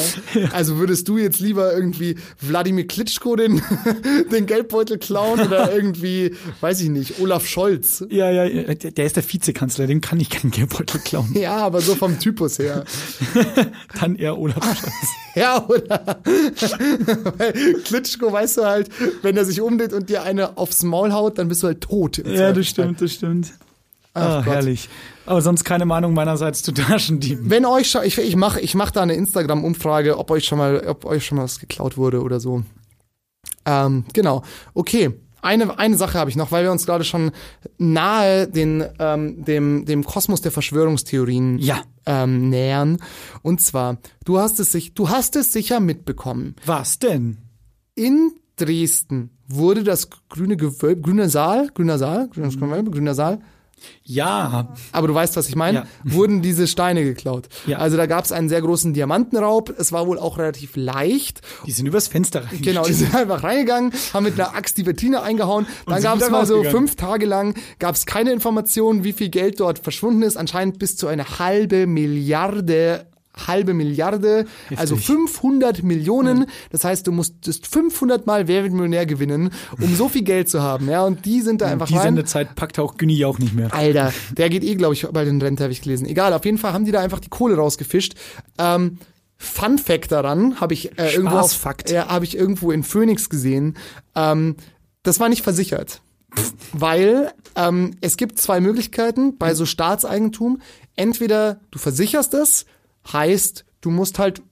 Speaker 7: Also würdest du jetzt lieber irgendwie Wladimir Klitschko den, den Geldbeutel klauen oder irgendwie, weiß ich nicht, Olaf Scholz?
Speaker 4: Ja, ja, ja, Äh, der der ist der Vizekanzler, dem kann ich keinen Geldbeutel klauen.
Speaker 7: Ja, aber so vom Typus her.
Speaker 4: Dann eher Olaf Scholz.
Speaker 7: Ja, oder? Weil Klitschko, weißt du halt, wenn er sich umdreht und dir eine aufs Maul haut, dann bist du halt tot. im Zweifelsfall.
Speaker 4: das stimmt. Ah,
Speaker 7: Gott.
Speaker 4: herrlich. Aber sonst keine Meinung meinerseits zu Taschendieben.
Speaker 7: Wenn euch schon, ich, ich mache ich mach da eine Instagram-Umfrage, ob euch schon mal, ob euch schon mal was geklaut wurde oder so. Ähm, genau. Okay. Eine, eine Sache habe ich noch, weil wir uns gerade schon nahe den, ähm, dem, dem Kosmos der Verschwörungstheorien
Speaker 4: Ja.
Speaker 7: ähm, nähern. Und zwar, du hast es sich, du hast es sicher mitbekommen.
Speaker 4: Was denn?
Speaker 7: In Dresden wurde das grüne Gewölbe, grüner Saal, grüner Saal,
Speaker 4: Mhm.
Speaker 7: grünes Gewölbe, grüner Saal,
Speaker 4: Ja,
Speaker 7: aber du weißt, was ich meine,
Speaker 4: Ja.
Speaker 7: wurden diese Steine geklaut.
Speaker 4: Ja.
Speaker 7: Also da gab es einen sehr großen Diamantenraub. Es war wohl auch relativ leicht.
Speaker 4: die sind übers Fenster rein.
Speaker 7: Genau, die sind einfach reingegangen, haben mit einer Axt die Bettina eingehauen. Dann
Speaker 4: sind
Speaker 7: gab es
Speaker 4: wieder
Speaker 7: mal so
Speaker 4: rausgegangen.
Speaker 7: fünf Tage lang, gab es keine Informationen, wie viel Geld dort verschwunden ist. Anscheinend bis zu eine halbe Milliarde halbe Milliarde, also 500 Millionen. Das heißt, du musstest 500 Mal Wer wird Millionär gewinnen, um so viel Geld zu haben. Ja, und die sind da einfach
Speaker 4: Die
Speaker 7: rein.
Speaker 4: Sendezeit packt auch Günni auch nicht mehr.
Speaker 7: Alter, der geht eh, glaube ich, bald in Rente, habe ich gelesen. Egal, auf jeden Fall haben die da einfach die Kohle rausgefischt. Ähm, Fun Fact daran habe ich, äh, irgendwo auf-
Speaker 4: Spaßfakt.
Speaker 7: ja, habe ich irgendwo in Phoenix gesehen. Ähm, das war nicht versichert. Weil ähm, es gibt zwei Möglichkeiten bei so Staatseigentum. Entweder du versicherst es, heißt, du musst halt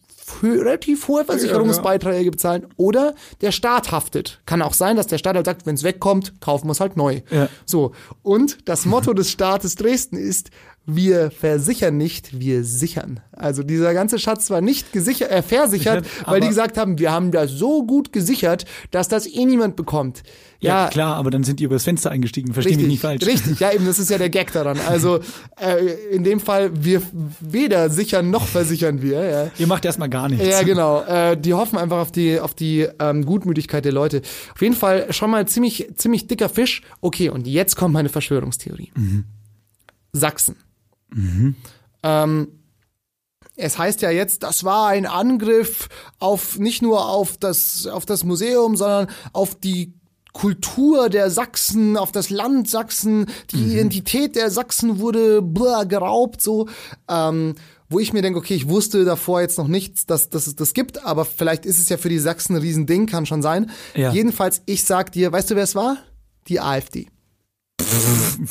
Speaker 7: hö- relativ hohe Versicherungsbeiträge bezahlen oder der Staat haftet. Kann auch sein, dass der Staat halt sagt, wenn es wegkommt, kaufen wir es halt neu. So. Und das Motto des Staates Dresden ist, wir versichern nicht, wir sichern. Also dieser ganze Schatz war nicht gesichert, äh, versichert, weil die gesagt haben, wir haben das so gut gesichert, dass das eh niemand bekommt.
Speaker 4: Ja, klar, aber dann sind die übers Fenster eingestiegen. Versteh mich nicht falsch.
Speaker 7: Richtig, ja eben, das ist ja der Gag daran. Also äh, in dem Fall, wir weder sichern noch versichern wir. Ja.
Speaker 4: Ihr macht erstmal gar nichts.
Speaker 7: Ja, genau. Äh, die hoffen einfach auf die, auf die ähm, Gutmütigkeit der Leute. Auf jeden Fall schon mal ziemlich, ziemlich dicker Fisch. Okay, und jetzt kommt meine Verschwörungstheorie. Sachsen. Ähm, es heißt ja jetzt, das war ein Angriff auf nicht nur auf das, auf das Museum, sondern auf die Kultur der Sachsen, auf das Land Sachsen, die Identität der Sachsen wurde blah, geraubt, so. Ähm, wo ich mir denke, okay, ich wusste davor jetzt noch nichts, dass, dass es das gibt, aber vielleicht ist es ja für die Sachsen ein Riesending, kann schon sein.
Speaker 4: Ja.
Speaker 7: Jedenfalls, ich sag dir, weißt du, wer es war? Die AfD.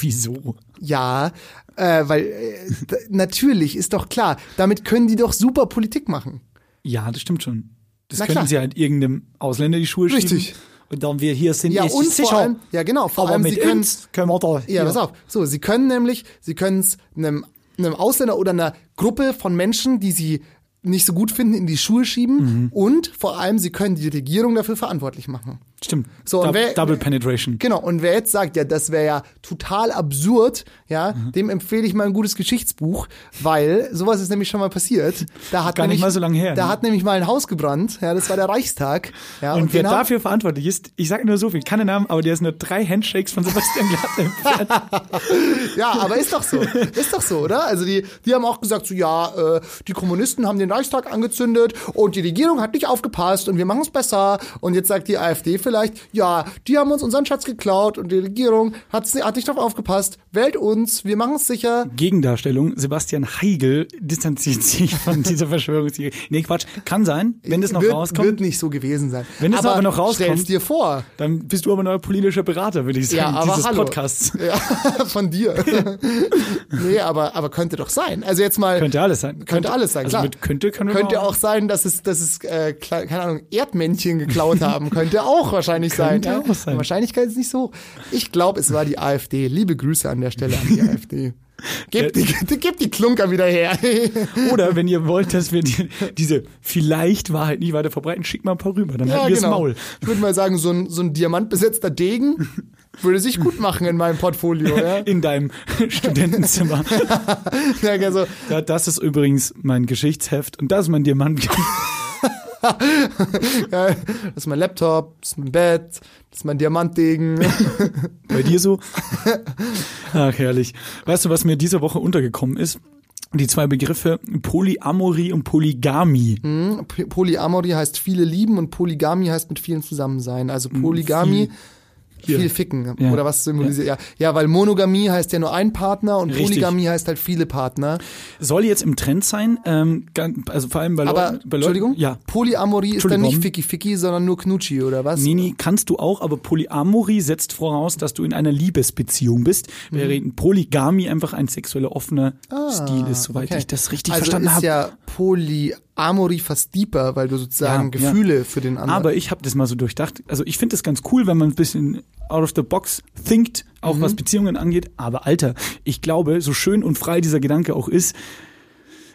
Speaker 4: Wieso?
Speaker 7: Ja, äh, weil äh, d- natürlich ist doch klar, damit können die doch super Politik machen.
Speaker 4: Ja, das stimmt schon. Das
Speaker 7: Na
Speaker 4: können
Speaker 7: klar.
Speaker 4: sie halt irgendeinem Ausländer die Schuhe schieben.
Speaker 7: Richtig.
Speaker 4: Und dann wir hier sind,
Speaker 7: Ja,
Speaker 4: ist
Speaker 7: und vor
Speaker 4: sicher.
Speaker 7: allem- ja, genau, vor
Speaker 4: aber
Speaker 7: allem
Speaker 4: mit
Speaker 7: sie können-
Speaker 4: uns können wir da.
Speaker 7: Ja, pass auf. So, sie können nämlich, sie können es einem, einem Ausländer oder einer Gruppe von Menschen, die sie nicht so gut finden, in die Schuhe schieben
Speaker 4: Mhm.
Speaker 7: und vor allem, sie können die Regierung dafür verantwortlich machen.
Speaker 4: Stimmt.
Speaker 7: So, und
Speaker 4: Dub-
Speaker 7: wer-
Speaker 4: Double Penetration.
Speaker 7: Genau, und wer jetzt sagt, ja, das wäre ja total absurd, ja,
Speaker 4: Mhm.
Speaker 7: dem empfehle ich mal ein gutes Geschichtsbuch, weil sowas ist nämlich schon mal passiert. Da hat
Speaker 4: Gar nicht
Speaker 7: nämlich,
Speaker 4: mal so lange her,
Speaker 7: Da
Speaker 4: ne?
Speaker 7: hat nämlich mal ein Haus gebrannt, ja, das war der Reichstag. Ja, genau.
Speaker 4: Und, wer
Speaker 7: den haben-
Speaker 4: dafür verantwortlich ist, ich sage nur so viel, keine Namen, aber der ist nur drei Handshakes von Sebastian Glatt entfernt.
Speaker 7: Ja, aber ist doch so. Ist doch so, oder? Also die, die haben auch gesagt, so ja, äh, die Kommunisten haben den Reichstag angezündet und die Regierung hat nicht aufgepasst und wir machen es besser. Und jetzt sagt die AfD vielleicht, ja, die haben uns unseren Schatz geklaut und die Regierung hat's, hat nicht drauf aufgepasst. Wählt uns, wir machen es sicher.
Speaker 4: Gegendarstellung, Sebastian Heigel distanziert sich von dieser Verschwörungstheorie. Nee, Quatsch, kann sein, wenn das noch
Speaker 7: wird,
Speaker 4: rauskommt.
Speaker 7: Wird nicht so gewesen sein.
Speaker 4: Wenn es aber noch rauskommt-
Speaker 7: Stell's dir vor.
Speaker 4: Dann bist du aber neuer politischer Berater, würde ich sagen,
Speaker 7: Ja, aber
Speaker 4: dieses
Speaker 7: hallo.
Speaker 4: Podcasts.
Speaker 7: Ja, von dir. nee, aber, aber könnte doch sein. Also jetzt mal.
Speaker 4: Könnte alles sein.
Speaker 7: Könnte alles sein,
Speaker 4: also
Speaker 7: klar.
Speaker 4: Mit könnte können wir
Speaker 7: könnte
Speaker 4: mal-
Speaker 7: auch sein, dass es, dass es äh, kle- keine Ahnung, Erdmännchen geklaut haben. Könnte auch wahrscheinlich sein.
Speaker 4: Könnte
Speaker 7: ja?
Speaker 4: auch sein.
Speaker 7: Die Wahrscheinlichkeit ist nicht so. hoch. Ich glaube, es war die AfD. Liebe Grüße an der Stelle an die AfD. Gebt die, gebt die Klunker wieder her.
Speaker 4: Oder wenn ihr wollt, dass wir die, diese vielleicht Wahrheit nicht weiter verbreiten, schickt mal ein paar rüber, dann halten wir das Maul.
Speaker 7: genau. Ich würde mal sagen, so ein, so ein diamantbesetzter Degen würde sich gut machen in meinem Portfolio. Ja?
Speaker 4: In deinem Studentenzimmer.
Speaker 7: Ja, also,
Speaker 4: Da- Das ist übrigens mein Geschichtsheft und das ist mein Diamant.
Speaker 7: Ja, das ist mein Laptop, das ist mein Bett, das ist mein Diamantdegen.
Speaker 4: Bei dir so? Ach, herrlich. Weißt du, was mir diese Woche untergekommen ist? Die zwei Begriffe Polyamorie und Polygamie.
Speaker 7: Hm. P- Polyamorie heißt viele lieben und Polygamie heißt mit vielen zusammen sein. Also Polygamie viel, ficken
Speaker 4: Hm, Ja.
Speaker 7: oder was symbolisiert. Ja. ja, weil Monogamie heißt ja nur ein Partner und
Speaker 4: Richtig.
Speaker 7: Polygamie heißt halt viele Partner.
Speaker 4: Soll jetzt im Trend sein, ähm, gan- also vor allem bei
Speaker 7: Aber
Speaker 4: Leuten. bei Leuten-
Speaker 7: Entschuldigung,
Speaker 4: Ja.
Speaker 7: Polyamorie ist dann nicht
Speaker 4: Entschuldigung.
Speaker 7: Ficky Ficky, sondern nur Knutschi oder was?
Speaker 4: Nee, nee, kannst du auch, aber Polyamorie setzt voraus, dass du in einer Liebesbeziehung bist,
Speaker 7: Mhm.
Speaker 4: während Polygamie einfach ein sexueller offener Stil ist, soweit
Speaker 7: Ah, Okay.
Speaker 4: ich das richtig
Speaker 7: also
Speaker 4: verstanden
Speaker 7: ist
Speaker 4: habe.
Speaker 7: ja Polyamorie fast deeper, weil du sozusagen
Speaker 4: Ja, ja.
Speaker 7: Gefühle für den anderen.
Speaker 4: Aber ich habe das mal so durchdacht. Also ich finde das ganz cool, wenn man ein bisschen out of the box thinkt, auch
Speaker 7: Mhm.
Speaker 4: was Beziehungen angeht. Aber Alter, ich glaube, so schön und frei dieser Gedanke auch ist,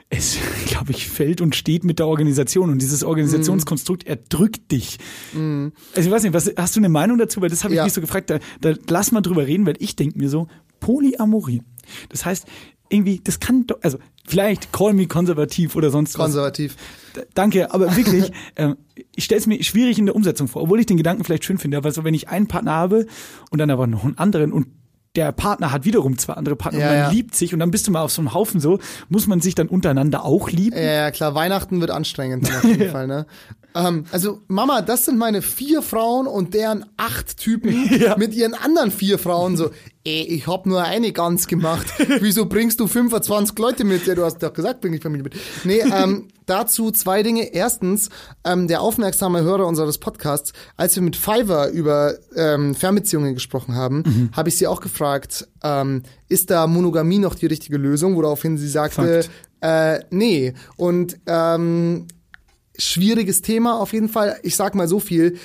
Speaker 4: es, glaube ich, fällt und steht mit der Organisation und dieses
Speaker 7: Mhm.
Speaker 4: Organisationskonstrukt erdrückt dich. Also ich weiß nicht, was, hast du eine Meinung dazu? Weil das habe ich
Speaker 7: Ja.
Speaker 4: mich so gefragt. Da, da lass mal drüber reden, weil ich denke mir so, Polyamorie. Das heißt, irgendwie, das kann doch, also vielleicht call me konservativ oder sonst was.
Speaker 7: konservativ.
Speaker 4: D- Danke, aber wirklich, ähm, ich stelle es mir schwierig in der Umsetzung vor, obwohl ich den Gedanken vielleicht schön finde, aber so, wenn ich einen Partner habe und dann aber noch einen anderen und der Partner hat wiederum zwei andere Partner
Speaker 7: Ja,
Speaker 4: und man
Speaker 7: ja.
Speaker 4: liebt sich und dann bist du mal auf so einem Haufen so, muss man sich dann untereinander auch lieben?
Speaker 7: Ja, ja, klar, Weihnachten wird anstrengend dann auf jeden Fall, ne? Ähm, also, Mama, das sind meine vier Frauen und deren acht Typen mit ihren anderen vier Frauen so, ey, ich hab nur eine ganz gemacht. Wieso bringst du 25 Leute mit? Ja, du hast doch gesagt, bring die Familie mit. Nee, ähm, dazu zwei Dinge. Erstens, ähm, der aufmerksame Hörer unseres Podcasts, als wir mit Fiverr über ähm, Fernbeziehungen gesprochen haben, habe ich sie auch gefragt, ähm, ist da Monogamie noch die richtige Lösung? Woraufhin sie sagte,
Speaker 4: Fakt.
Speaker 7: äh, nee. Und ähm, schwieriges Thema auf jeden Fall. Ich sag mal so viel.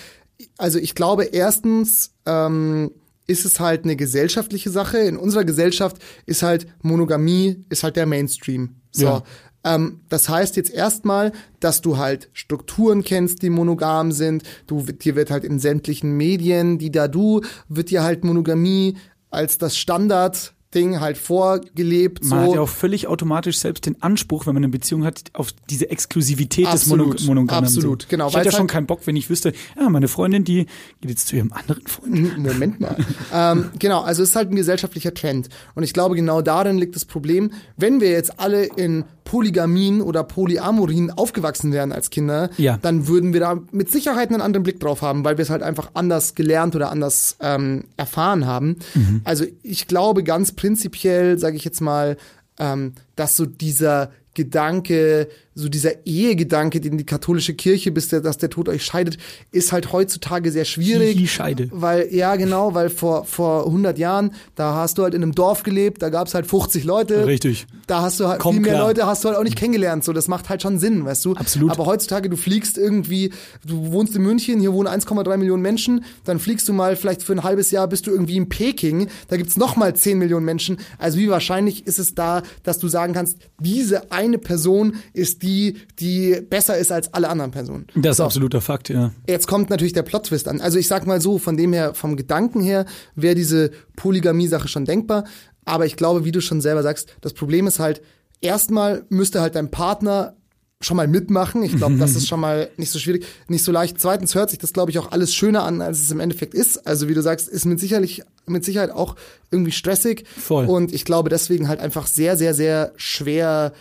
Speaker 7: Also ich glaube, erstens ähm, ist es halt eine gesellschaftliche Sache. In unserer Gesellschaft ist halt Monogamie, ist halt der Mainstream. So.
Speaker 4: Ja.
Speaker 7: Ähm, das heißt jetzt erstmal, dass du halt Strukturen kennst, die monogam sind. Du, dir wird halt in sämtlichen Medien, die da du, wird dir halt Monogamie als das Standardding halt vorgelebt.
Speaker 4: Man
Speaker 7: so.
Speaker 4: hat ja auch völlig automatisch selbst den Anspruch, wenn man eine Beziehung hat, auf diese Exklusivität
Speaker 7: Absolut,
Speaker 4: des Mono Monogamen.
Speaker 7: absolut,
Speaker 4: so.
Speaker 7: genau,
Speaker 4: Ich hätte ja
Speaker 7: weil's
Speaker 4: schon
Speaker 7: halt-
Speaker 4: keinen Bock, wenn ich wüsste, ja, meine Freundin, die geht jetzt zu ihrem anderen Freund.
Speaker 7: Mhm. Moment mal. ähm, genau, also es ist halt ein gesellschaftlicher Trend. Und ich glaube, genau darin liegt das Problem. Wenn wir jetzt alle in Polygamien oder Polyamorien aufgewachsen wären als Kinder,
Speaker 4: Ja.
Speaker 7: dann würden wir da mit Sicherheit einen anderen Blick drauf haben, weil wir es halt einfach anders gelernt oder anders ähm, erfahren haben.
Speaker 4: Mhm.
Speaker 7: Also ich glaube ganz prinzipiell, sage ich jetzt mal, ähm, dass so dieser Gedanke, so dieser Ehegedanke, den die katholische Kirche, bis der, dass der Tod euch scheidet, ist halt heutzutage sehr schwierig.
Speaker 4: Hihi, Scheide.
Speaker 7: Weil, ja, genau, weil vor, vor 100 Jahren, da hast du halt in einem Dorf gelebt, da gab's halt 50 Leute.
Speaker 4: Richtig.
Speaker 7: Da hast du halt
Speaker 4: Komm
Speaker 7: viel mehr
Speaker 4: klar.
Speaker 7: Leute, hast du halt auch nicht kennengelernt. So, das macht halt schon Sinn, weißt du?
Speaker 4: Absolut.
Speaker 7: Aber heutzutage, du fliegst irgendwie, du wohnst in München, hier wohnen 1,3 Millionen Menschen, dann fliegst du mal vielleicht für ein halbes Jahr, bist du irgendwie in Peking, da gibt's noch nochmal 10 Millionen Menschen. Also wie wahrscheinlich ist es da, dass du sagen kannst, diese eine Person ist die, die besser ist als alle anderen Personen.
Speaker 4: Das ist absoluter Fakt, ja.
Speaker 7: Jetzt kommt natürlich der Plot-Twist an. Also ich sag mal so, von dem her, vom Gedanken her, wäre diese Polygamie-Sache schon denkbar. Aber ich glaube, wie du schon selber sagst, das Problem ist halt, erstmal müsste halt dein Partner schon mal mitmachen. Ich glaube, das ist schon mal nicht so schwierig, nicht so leicht. Zweitens hört sich das, glaube ich, auch alles schöner an, als es im Endeffekt ist. Also wie du sagst, ist mit sicherlich, mit Sicherheit auch irgendwie stressig.
Speaker 4: Voll.
Speaker 7: Und ich glaube deswegen halt einfach sehr, sehr, sehr schwer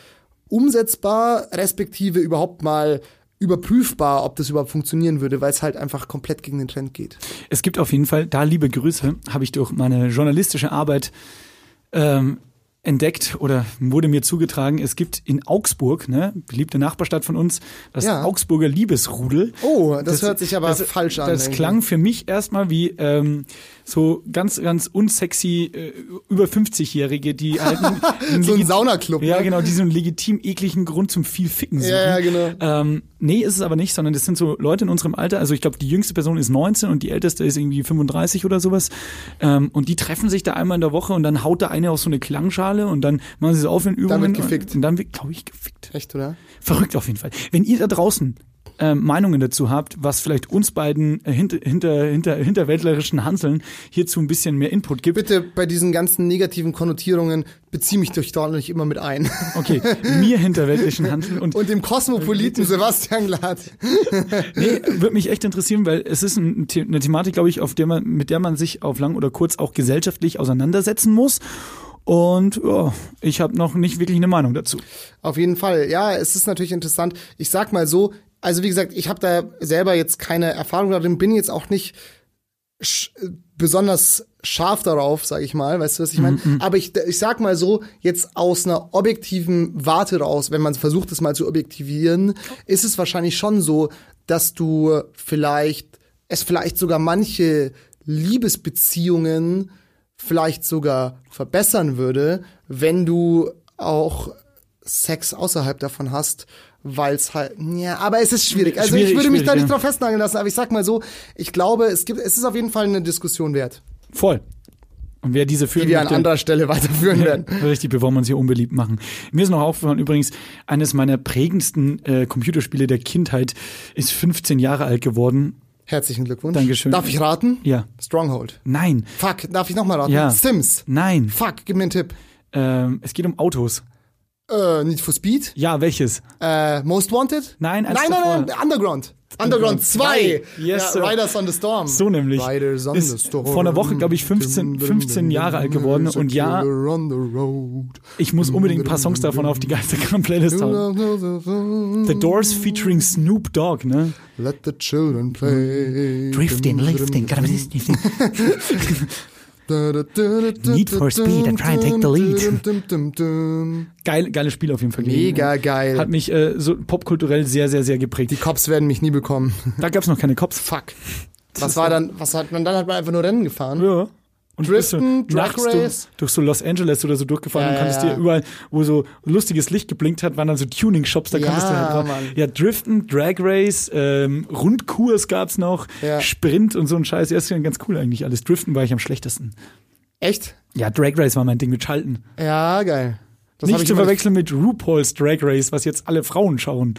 Speaker 7: umsetzbar, respektive überhaupt mal überprüfbar, ob das überhaupt funktionieren würde, weil es halt einfach komplett gegen den Trend geht.
Speaker 4: Es gibt auf jeden Fall, da liebe Grüße, habe ich durch meine journalistische Arbeit ähm, entdeckt oder wurde mir zugetragen. Es gibt in Augsburg, ne, beliebte Nachbarstadt von uns, das
Speaker 7: Ja.
Speaker 4: Augsburger Liebesrudel.
Speaker 7: Oh, das hört sich aber
Speaker 4: das,
Speaker 7: falsch an,
Speaker 4: Das
Speaker 7: irgendwie.
Speaker 4: klang für mich erstmal wie ähm, so ganz, ganz unsexy äh, über 50-Jährige, die halt einen-
Speaker 7: So ein
Speaker 4: legit-
Speaker 7: Saunaclub,
Speaker 4: Ja,
Speaker 7: ne?
Speaker 4: genau, die so einen legitim ekligen Grund zum viel Ficken suchen.
Speaker 7: Ja, ja, genau.
Speaker 4: Ähm, nee, ist es aber nicht, sondern das sind so Leute in unserem Alter. Also ich glaube, die jüngste Person ist 19 und die älteste ist irgendwie 35 oder sowas. Ähm, und die treffen sich da einmal in der Woche und dann haut der eine auf so eine Klangschale und dann machen sie so auf in Übungen.
Speaker 7: wird gefickt.
Speaker 4: Und, und dann wird, glaube ich, gefickt.
Speaker 7: Echt, oder?
Speaker 4: Verrückt auf jeden Fall. Wenn ihr da draußen äh, Meinungen dazu habt, was vielleicht uns beiden äh, hinter, hinter, hinter, hinterwäldlerischen Hanseln hierzu ein bisschen mehr Input gibt.
Speaker 7: Bitte bei diesen ganzen negativen Konnotierungen beziehe mich doch da nicht immer mit ein.
Speaker 4: Okay, mir hinterwäldlerischen Hanseln und
Speaker 7: Und dem Kosmopoliten Sebastian Glatt.
Speaker 4: Nee, würde mich echt interessieren, weil es ist ein, The- eine Thematik, glaube ich, auf der man, mit der man sich auf lang oder kurz auch gesellschaftlich auseinandersetzen muss. Und ja, ich habe noch nicht wirklich eine Meinung dazu.
Speaker 7: Auf jeden Fall. Ja, es ist natürlich interessant. Ich sag mal so, also wie gesagt, ich habe da selber jetzt keine Erfahrung darin, bin jetzt auch nicht sch besonders scharf darauf, sage ich mal, weißt du, was ich meine?
Speaker 4: Mhm,
Speaker 7: Aber ich, ich sag mal so, jetzt aus einer objektiven Warte raus, wenn man versucht, es mal zu objektivieren, ist es wahrscheinlich schon so, dass du vielleicht, es vielleicht sogar manche Liebesbeziehungen vielleicht sogar verbessern würde, wenn du auch Sex außerhalb davon hast, weil es halt, ja, aber es ist schwierig. Also ich
Speaker 4: Schwierig,
Speaker 7: würde mich da
Speaker 4: schwierig,
Speaker 7: nicht
Speaker 4: ja.
Speaker 7: drauf festnageln lassen, aber ich sag mal so, ich glaube, es gibt, es ist auf jeden Fall eine Diskussion wert,
Speaker 4: Voll. Und wer diese führen
Speaker 7: die wir an
Speaker 4: möchte-
Speaker 7: anderer Stelle weiterführen werden.
Speaker 4: Richtig, bevor wir uns hier unbeliebt machen. Mir ist noch aufgefallen, übrigens, eines meiner prägendsten äh, Computerspiele der Kindheit ist 15 Jahre alt geworden.
Speaker 7: Herzlichen Glückwunsch.
Speaker 4: Dankeschön.
Speaker 7: Darf ich raten?
Speaker 4: Ja.
Speaker 7: Stronghold.
Speaker 4: Nein.
Speaker 7: Fuck, darf ich nochmal raten?
Speaker 4: Ja.
Speaker 7: Sims.
Speaker 4: Nein.
Speaker 7: Fuck, gib mir einen Tipp.
Speaker 4: Ähm, es geht um Autos.
Speaker 7: Äh, Need for Speed?
Speaker 4: Ja, welches?
Speaker 7: Äh, Most Wanted?
Speaker 4: Nein, eins
Speaker 7: nein, nein,
Speaker 4: davor.
Speaker 7: nein, Underground. Underground 2.
Speaker 4: Yes, sir.
Speaker 7: ja, Riders on the Storm.
Speaker 4: So nämlich.
Speaker 7: Riders on
Speaker 4: Ist
Speaker 7: the Storm.
Speaker 4: vor einer Woche, glaube ich, 15 15 Jahre alt geworden und ja-
Speaker 7: Killer on the road.
Speaker 4: Ich muss unbedingt ein paar Songs davon auf die Geisterkram-Playlist hauen. The Doors featuring Snoop Dogg, ne?
Speaker 7: Let the children play.
Speaker 4: Drifting, lifting,
Speaker 7: Need
Speaker 4: for Speed and try and take the
Speaker 7: lead.
Speaker 4: Geil, geiles Spiel auf jeden Fall. gewesen. ne?
Speaker 7: Mega geil.
Speaker 4: Hat mich äh, so popkulturell sehr, sehr, sehr
Speaker 7: die
Speaker 4: geprägt.
Speaker 7: Cops werden mich nie bekommen.
Speaker 4: Da gab's noch keine Cops.
Speaker 7: Fuck. Was war dann, was hat man dann? Hat man einfach nur Rennen gefahren?
Speaker 4: Ja. Und bist
Speaker 7: Driften,
Speaker 4: du
Speaker 7: Drag
Speaker 4: nachts durch,
Speaker 7: Race.
Speaker 4: durch so Los Angeles oder so durchgefahren
Speaker 7: Ja,
Speaker 4: und konntest
Speaker 7: ja.
Speaker 4: dir überall, wo so lustiges Licht geblinkt hat, waren dann so Tuning-Shops, da
Speaker 7: Ja,
Speaker 4: konntest du halt drauf.
Speaker 7: Mann.
Speaker 4: Ja, Driften, Drag Race, ähm, Rundkurs gab's noch,
Speaker 7: Ja.
Speaker 4: Sprint und so ein Scheiß. Ja, ist ja ganz cool eigentlich alles. Driften war ich am schlechtesten.
Speaker 7: Echt?
Speaker 4: Ja, Drag Race war mein Ding mit Schalten.
Speaker 7: Ja, geil. Das hab
Speaker 4: Nicht
Speaker 7: ich
Speaker 4: zu
Speaker 7: immer
Speaker 4: verwechseln mit RuPaul's Drag Race, was jetzt alle Frauen schauen.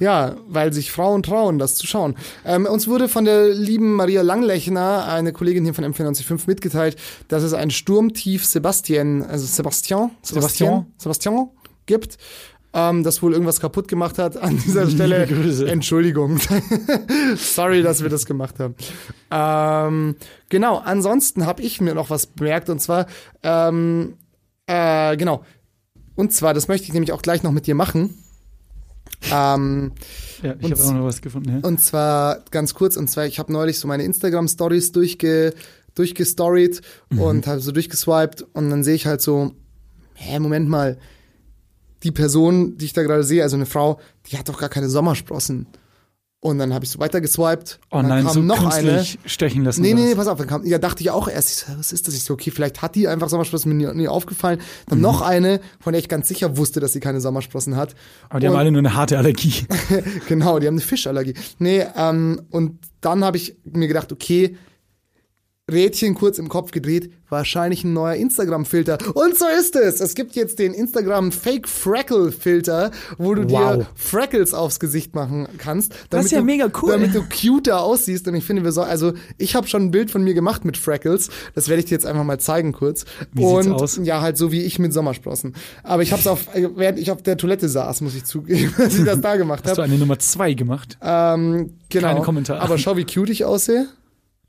Speaker 7: Ja, weil sich Frauen trauen, das zu schauen. Ähm, uns wurde von der lieben Maria Langlechner, eine Kollegin hier von M495, mitgeteilt, dass es ein Sturmtief Sebastian, also Sebastian, Sebastian, Sebastian, gibt, ähm, das wohl irgendwas kaputt gemacht hat. An dieser Stelle
Speaker 4: Grüße.
Speaker 7: Entschuldigung. Sorry, dass wir das gemacht haben. Ähm, genau, ansonsten habe ich mir noch was bemerkt und zwar, ähm, äh, genau, und zwar, das möchte ich nämlich auch gleich noch mit dir machen. Ähm,
Speaker 4: Ja, ich habe auch noch was gefunden. Ja.
Speaker 7: und zwar ganz kurz, und zwar, ich habe neulich so meine Instagram-Stories durchge, durchgestoried
Speaker 4: Mhm.
Speaker 7: und habe so durchgeswiped und dann sehe ich halt so, hä, Moment mal, die Person, die ich da gerade sehe, also eine Frau, die hat doch gar keine Sommersprossen. Und dann habe ich so weitergeswiped.
Speaker 4: Oh
Speaker 7: und dann
Speaker 4: nein,
Speaker 7: kam
Speaker 4: so
Speaker 7: noch eine.
Speaker 4: künstlich Oh stechen lassen.
Speaker 7: Nee,
Speaker 4: oder
Speaker 7: nee, nee,
Speaker 4: was.
Speaker 7: pass auf, dann kam, ja, dachte ich auch erst, ich so, was ist das? Ich so, okay, vielleicht hat die einfach Sommersprossen, mir nie, nie aufgefallen. Dann
Speaker 4: Mhm.
Speaker 7: noch eine, von der ich ganz sicher wusste, dass sie keine Sommersprossen hat.
Speaker 4: Aber die haben
Speaker 7: Und-
Speaker 4: alle nur eine harte Allergie.
Speaker 7: genau, die haben eine Fischallergie. Nee, ähm, und dann habe ich mir gedacht, okay, Rädchen kurz im Kopf gedreht, wahrscheinlich ein neuer Instagram-Filter. Und so ist es. Es gibt jetzt den Instagram Fake Freckle Filter, wo du
Speaker 4: Wow.
Speaker 7: dir Freckles aufs Gesicht machen kannst.
Speaker 4: ist ja
Speaker 7: du,
Speaker 4: mega cool.
Speaker 7: Damit du cuter aussiehst. Und ich finde, wir so, also ich habe schon ein Bild von mir gemacht mit Freckles. Das werde ich dir jetzt einfach mal zeigen kurz.
Speaker 4: Wie
Speaker 7: und
Speaker 4: sieht's aus?
Speaker 7: ja, halt so wie ich mit Sommersprossen. Aber ich habe es auf, äh, während ich auf der Toilette saß, muss ich zugeben, dass ich das da gemacht
Speaker 4: Hast du
Speaker 7: habe.
Speaker 4: eine Nummer zwei gemacht?
Speaker 7: Ähm, genau.
Speaker 4: Keine Kommentare.
Speaker 7: Aber schau, wie cute ich aussehe.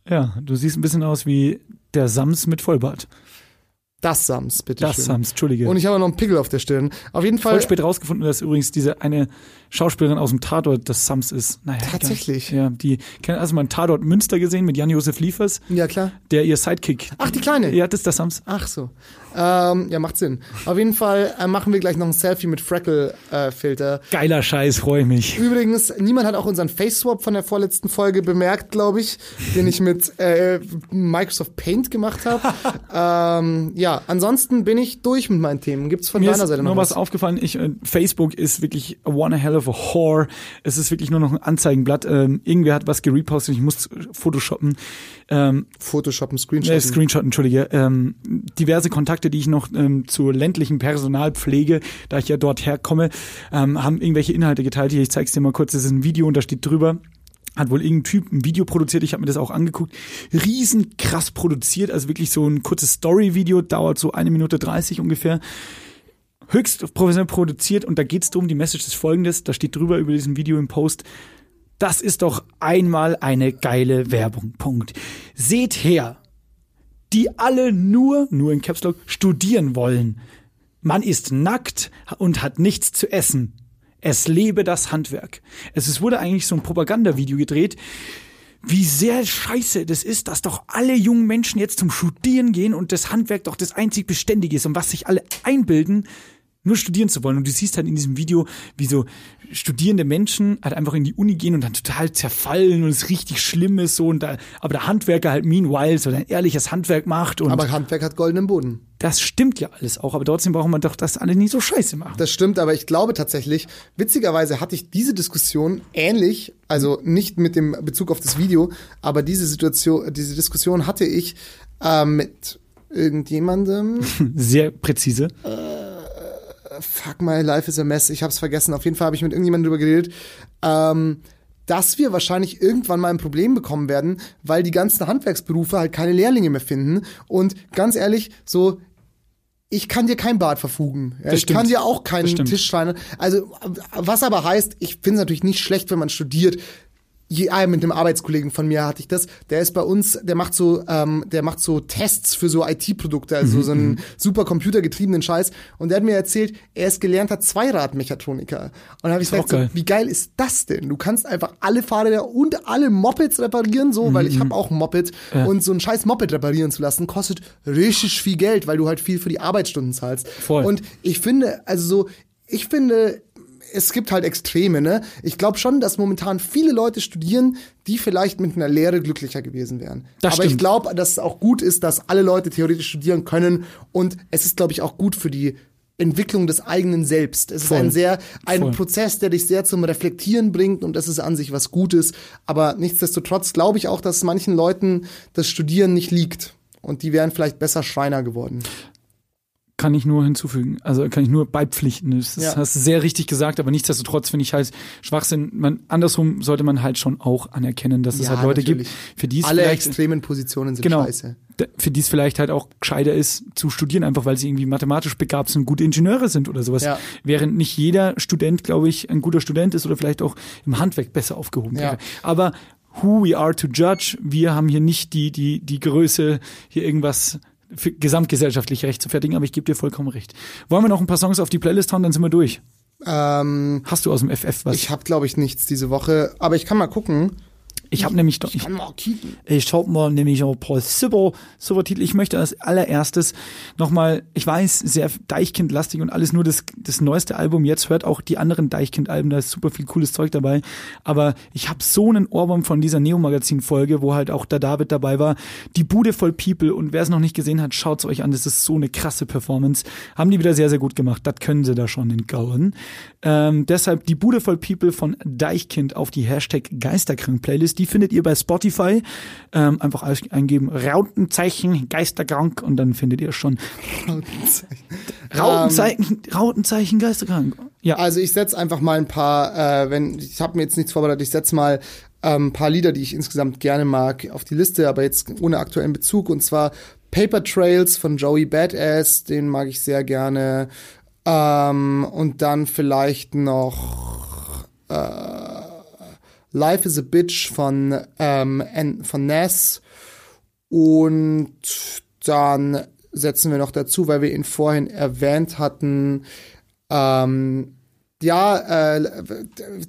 Speaker 4: Ja, du siehst ein bisschen aus wie der Sams mit Vollbart.
Speaker 7: Das Sams, bitte
Speaker 4: Das
Speaker 7: schön.
Speaker 4: Sams, Entschuldige.
Speaker 7: Und ich habe noch einen Pickel auf der Stirn. Auf jeden Fall.
Speaker 4: Voll spät rausgefunden, dass übrigens diese eine Schauspielerin aus dem Tatort das Sams ist. Naja, egal.
Speaker 7: Tatsächlich?
Speaker 4: Ja, die kennt also mal im Tatort Münster gesehen mit Jan-Josef Liefers,
Speaker 7: Ja, klar.
Speaker 4: der ihr Sidekick.
Speaker 7: Ach, die Kleine.
Speaker 4: Ja, das ist der Sams.
Speaker 7: Ach so. Ähm, ja, macht Sinn. Auf jeden Fall äh, machen wir gleich noch ein Selfie mit Freckle-Filter.
Speaker 4: Geiler Scheiß, freue ich mich.
Speaker 7: Übrigens, niemand hat auch unseren Face-Swap von der vorletzten Folge bemerkt, glaube ich, den ich mit äh, Microsoft Paint gemacht habe. ähm, ja, Ja, ansonsten bin ich durch mit meinen Themen. Gibt's von
Speaker 4: Mir
Speaker 7: deiner
Speaker 4: ist
Speaker 7: Seite
Speaker 4: nur
Speaker 7: noch
Speaker 4: was
Speaker 7: was?
Speaker 4: aufgefallen. Ich, äh, Facebook ist wirklich one hell of a whore. Es ist wirklich nur noch ein Anzeigenblatt. Ähm, irgendwer hat was gerepostet. Ich muss photoshoppen. Ähm,
Speaker 7: Photoshoppen,
Speaker 4: äh,
Speaker 7: Screenshotten.
Speaker 4: Screenshot, entschuldige. Ähm, diverse Kontakte, die ich noch ähm, zur ländlichen Personalpflege, da ich ja dort herkomme, ähm, haben irgendwelche Inhalte geteilt. Hier, ich zeig's dir mal kurz. Das ist ein Video und da steht drüber. Hat wohl irgendein Typ ein Video produziert, ich habe mir das auch angeguckt. Riesen krass produziert, also wirklich so ein kurzes Story-Video, dauert so eine Minute 30 ungefähr höchst professionell produziert und da geht's drum, die Message ist folgendes, da steht drüber über diesem Video im Post, das ist doch einmal eine geile Werbung. Punkt. Seht her, die alle nur, nur in Caps Lock, studieren wollen. Man ist nackt und hat nichts zu essen. Es lebe das Handwerk. Es ist- wurde eigentlich so ein Propagandavideo gedreht, wie sehr scheiße das ist, dass doch alle jungen Menschen jetzt zum Studieren gehen und das Handwerk doch das einzig Beständige ist und was sich alle einbilden, nur studieren zu wollen. Und du siehst halt in diesem Video, wie so studierende Menschen halt einfach in die Uni gehen und dann total zerfallen und es richtig schlimm ist so und da, aber der Handwerker halt meanwhile so ein ehrliches Handwerk macht und
Speaker 7: aber Handwerk hat goldenen Boden.
Speaker 4: das stimmt ja alles auch, aber trotzdem brauchen wir doch das alle nicht so scheiße machen.
Speaker 7: Das stimmt, aber ich glaube tatsächlich, witzigerweise hatte ich diese Diskussion ähnlich, also nicht mit dem Bezug auf das Video, aber diese Situation, diese Diskussion hatte ich äh, mit irgendjemandem.
Speaker 4: Sehr präzise.
Speaker 7: Fuck, my life is a mess. Ich hab's vergessen. Auf jeden Fall habe ich mit irgendjemandem drüber geredet, ähm, dass wir wahrscheinlich irgendwann mal ein Problem bekommen werden, weil die ganzen Handwerksberufe halt keine Lehrlinge mehr finden. Und ganz ehrlich, so ich kann dir kein Bad verfugen. Ja,
Speaker 4: Das
Speaker 7: ich
Speaker 4: stimmt.
Speaker 7: kann dir auch keinen
Speaker 4: Das stimmt.
Speaker 7: Tischschreiner. Also, was aber heißt, ich finde es natürlich nicht schlecht, wenn man studiert. Je, ah, mit einem Arbeitskollegen von mir hatte ich das. Der ist bei uns, der macht so, ähm, der macht so Tests für so IT-Produkte,
Speaker 4: Mhm,
Speaker 7: also so einen super computergetriebenen Scheiß. Und der hat mir erzählt, er ist gelernter Zweiradmechatroniker. Und da habe ich
Speaker 4: auch
Speaker 7: gesagt, so,
Speaker 4: geil.
Speaker 7: wie geil ist das denn? Du kannst einfach alle Fahrräder und alle Mopeds reparieren, so, weil
Speaker 4: Mhm.
Speaker 7: ich habe auch ein Moped. Und so ein scheiß Moped reparieren zu lassen, kostet richtig viel Geld, weil du halt viel für die Arbeitsstunden zahlst.
Speaker 4: Voll.
Speaker 7: Und ich finde, also so, ich finde, es gibt halt Extreme, ne? Ich glaube schon, dass momentan viele Leute studieren, die vielleicht mit einer Lehre glücklicher gewesen wären.
Speaker 4: Das
Speaker 7: Aber ich
Speaker 4: stimmt.
Speaker 7: glaube, dass es auch gut ist, dass alle Leute theoretisch studieren können und es ist, glaube ich, auch gut für die Entwicklung des eigenen Selbst. Es
Speaker 4: Voll.
Speaker 7: ist ein sehr, ein
Speaker 4: Voll.
Speaker 7: Prozess, der dich sehr zum Reflektieren bringt und das ist an sich was Gutes. Aber nichtsdestotrotz glaube ich auch, dass manchen Leuten das Studieren nicht liegt. Und die wären vielleicht besser Schreiner geworden.
Speaker 4: kann ich nur hinzufügen. Also kann ich nur beipflichten. Das
Speaker 7: Ja.
Speaker 4: hast du sehr richtig gesagt, aber nichtsdestotrotz finde ich halt Schwachsinn. Man, andersrum sollte man halt schon auch anerkennen, dass es
Speaker 7: Ja,
Speaker 4: halt Leute
Speaker 7: natürlich.
Speaker 4: gibt, für die es
Speaker 7: Alle
Speaker 4: vielleicht
Speaker 7: extremen Positionen sind
Speaker 4: genau,
Speaker 7: scheiße.
Speaker 4: d- für die es vielleicht halt auch gescheiter ist zu studieren, einfach weil sie irgendwie mathematisch begabt sind, gute Ingenieure sind oder sowas.
Speaker 7: Ja.
Speaker 4: Während nicht jeder Student, glaube ich, ein guter Student ist oder vielleicht auch im Handwerk besser aufgehoben
Speaker 7: Ja.
Speaker 4: wäre. Aber who we are to judge, wir haben hier nicht die, die, die Größe, hier irgendwas für gesamtgesellschaftlich recht zu fertigen, aber ich gebe dir vollkommen recht. Wollen wir noch ein paar Songs auf die Playlist hauen, dann sind wir durch.
Speaker 7: Ähm,
Speaker 4: Hast du aus dem FF was?
Speaker 7: ich habe, glaube ich, nichts diese Woche, aber ich kann mal gucken.
Speaker 4: ich habe nämlich doch.
Speaker 7: Kann mal kicken.
Speaker 4: Ich schaue mal nämlich auch Paul Sibber, super Titel. Ich möchte als allererstes nochmal, ich weiß, sehr Deichkind-lastig und alles nur das, das neueste Album. Jetzt hört auch die anderen Deichkind-Alben, da ist super viel cooles Zeug dabei. Aber ich habe so einen Ohrwurm von dieser Neo-Magazin-Folge, wo halt auch der David dabei war. Die Bude voll People und wer es noch nicht gesehen hat, schaut's euch an. Das ist so eine krasse Performance. Haben die wieder sehr, sehr gut gemacht. Das können sie da schon in Gauen. Ähm, deshalb die Bude voll People von Deichkind auf die Hashtag Geisterkrank-Playlist. Die findet ihr bei Spotify. Ähm, einfach alles eingeben. Rautenzeichen, Geisterkrank und dann findet ihr schon. Rautenzeichen, Rautenzeichen, Geisterkrank. Ja,
Speaker 7: Ähm. Also ich setz einfach mal ein paar, äh, wenn ich habe mir jetzt nichts vorbereitet, ich setz mal ähm, ein paar Lieder, die ich insgesamt gerne mag, auf die Liste, aber jetzt ohne aktuellen Bezug. Und zwar Paper Trails von Joey Badass, den mag ich sehr gerne. Ähm, und dann vielleicht noch äh, Life is a Bitch von, ähm, N- von Ness. Und dann setzen wir noch dazu, weil wir ihn vorhin erwähnt hatten, ähm, ja, äh, w- d-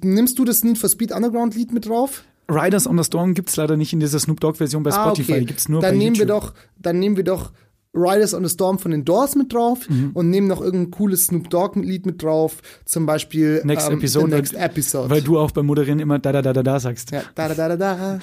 Speaker 7: nimmst du das Need for Speed Underground Lied mit drauf? Ah,
Speaker 4: Riders on the Storm gibt's leider nicht in dieser Snoop Dogg-Version bei Ah, Spotify. Gibt's nur
Speaker 7: dann
Speaker 4: bei
Speaker 7: nehmen wir
Speaker 4: YouTube.
Speaker 7: doch, dann nehmen wir doch Riders on the Storm von den Doors mit drauf
Speaker 4: Mhm.
Speaker 7: und nehmen noch irgendein cooles Snoop Dogg-Lied mit drauf, zum Beispiel
Speaker 4: Next
Speaker 7: ähm,
Speaker 4: Episode.
Speaker 7: The Next Episode.
Speaker 4: Weil du auch beim Moderieren immer da da da da da sagst.
Speaker 7: ja, da, da, da, da, da.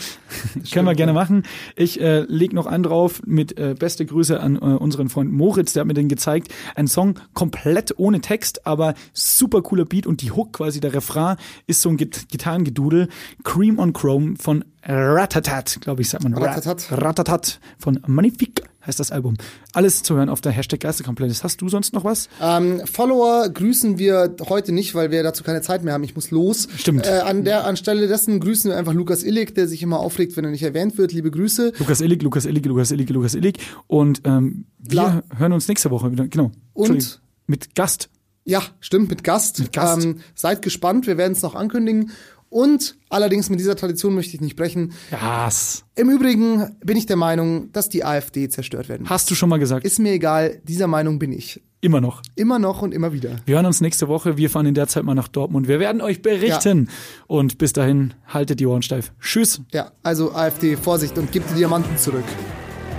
Speaker 4: Können wir gerne machen. Ich äh, leg noch einen drauf mit äh, beste Grüße an äh, unseren Freund Moritz, der hat mir den gezeigt. Ein Song komplett ohne Text, aber super cooler Beat und die Hook, quasi der Refrain, ist so ein Git Gitarrengedudel. Cream on Chrome von Ratatat, glaube ich, sagt man. Ra-
Speaker 7: Ratatat.
Speaker 4: Ratatat von Magnifique heißt das Album. Alles zu hören auf der Hashtag Geisterkomplett. Hast du sonst noch was?
Speaker 7: Ähm, Follower grüßen wir heute nicht, weil wir dazu keine Zeit mehr haben. Ich muss los.
Speaker 4: Stimmt.
Speaker 7: Äh, an der anstelle dessen grüßen wir einfach Lukas Illig, der sich immer aufregt, wenn er nicht erwähnt wird. Liebe Grüße.
Speaker 4: Lukas Illig, Lukas Illig, Lukas Illig, Lukas Illig. Und ähm, wir
Speaker 7: La-
Speaker 4: hören uns nächste Woche wieder. Genau.
Speaker 7: Und-
Speaker 4: Entschuldigung. Mit Gast.
Speaker 7: Ja, stimmt, mit Gast.
Speaker 4: Gast.
Speaker 7: Ähm, seid gespannt, wir werden es noch ankündigen. Und allerdings mit dieser Tradition möchte ich nicht brechen.
Speaker 4: Gas.
Speaker 7: Im Übrigen bin ich der Meinung, dass die AfD zerstört werden. muss.
Speaker 4: Hast du schon mal gesagt?
Speaker 7: Ist mir egal, dieser Meinung bin ich.
Speaker 4: immer noch.
Speaker 7: Immer noch und immer wieder.
Speaker 4: Wir hören uns nächste Woche. Wir fahren in der Zeit mal nach Dortmund. Wir werden euch berichten. Und bis dahin, haltet die Ohren steif. Tschüss.
Speaker 7: Ja, also AfD, Vorsicht und gebt die Diamanten zurück.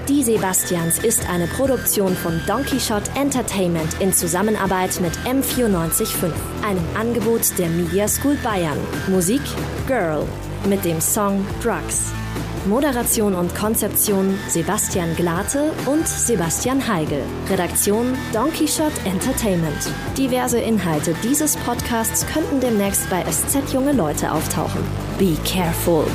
Speaker 6: Die Sebastians ist eine Produktion von Donkey Shot Entertainment in Zusammenarbeit mit M945, einem Angebot der Media School Bayern. Musik Girl mit dem Song Drugs. Moderation und Konzeption Sebastian Glate und Sebastian Heigel. Redaktion Donkey Shot Entertainment. Diverse Inhalte dieses Podcasts könnten demnächst bei SZ junge Leute auftauchen. Be careful.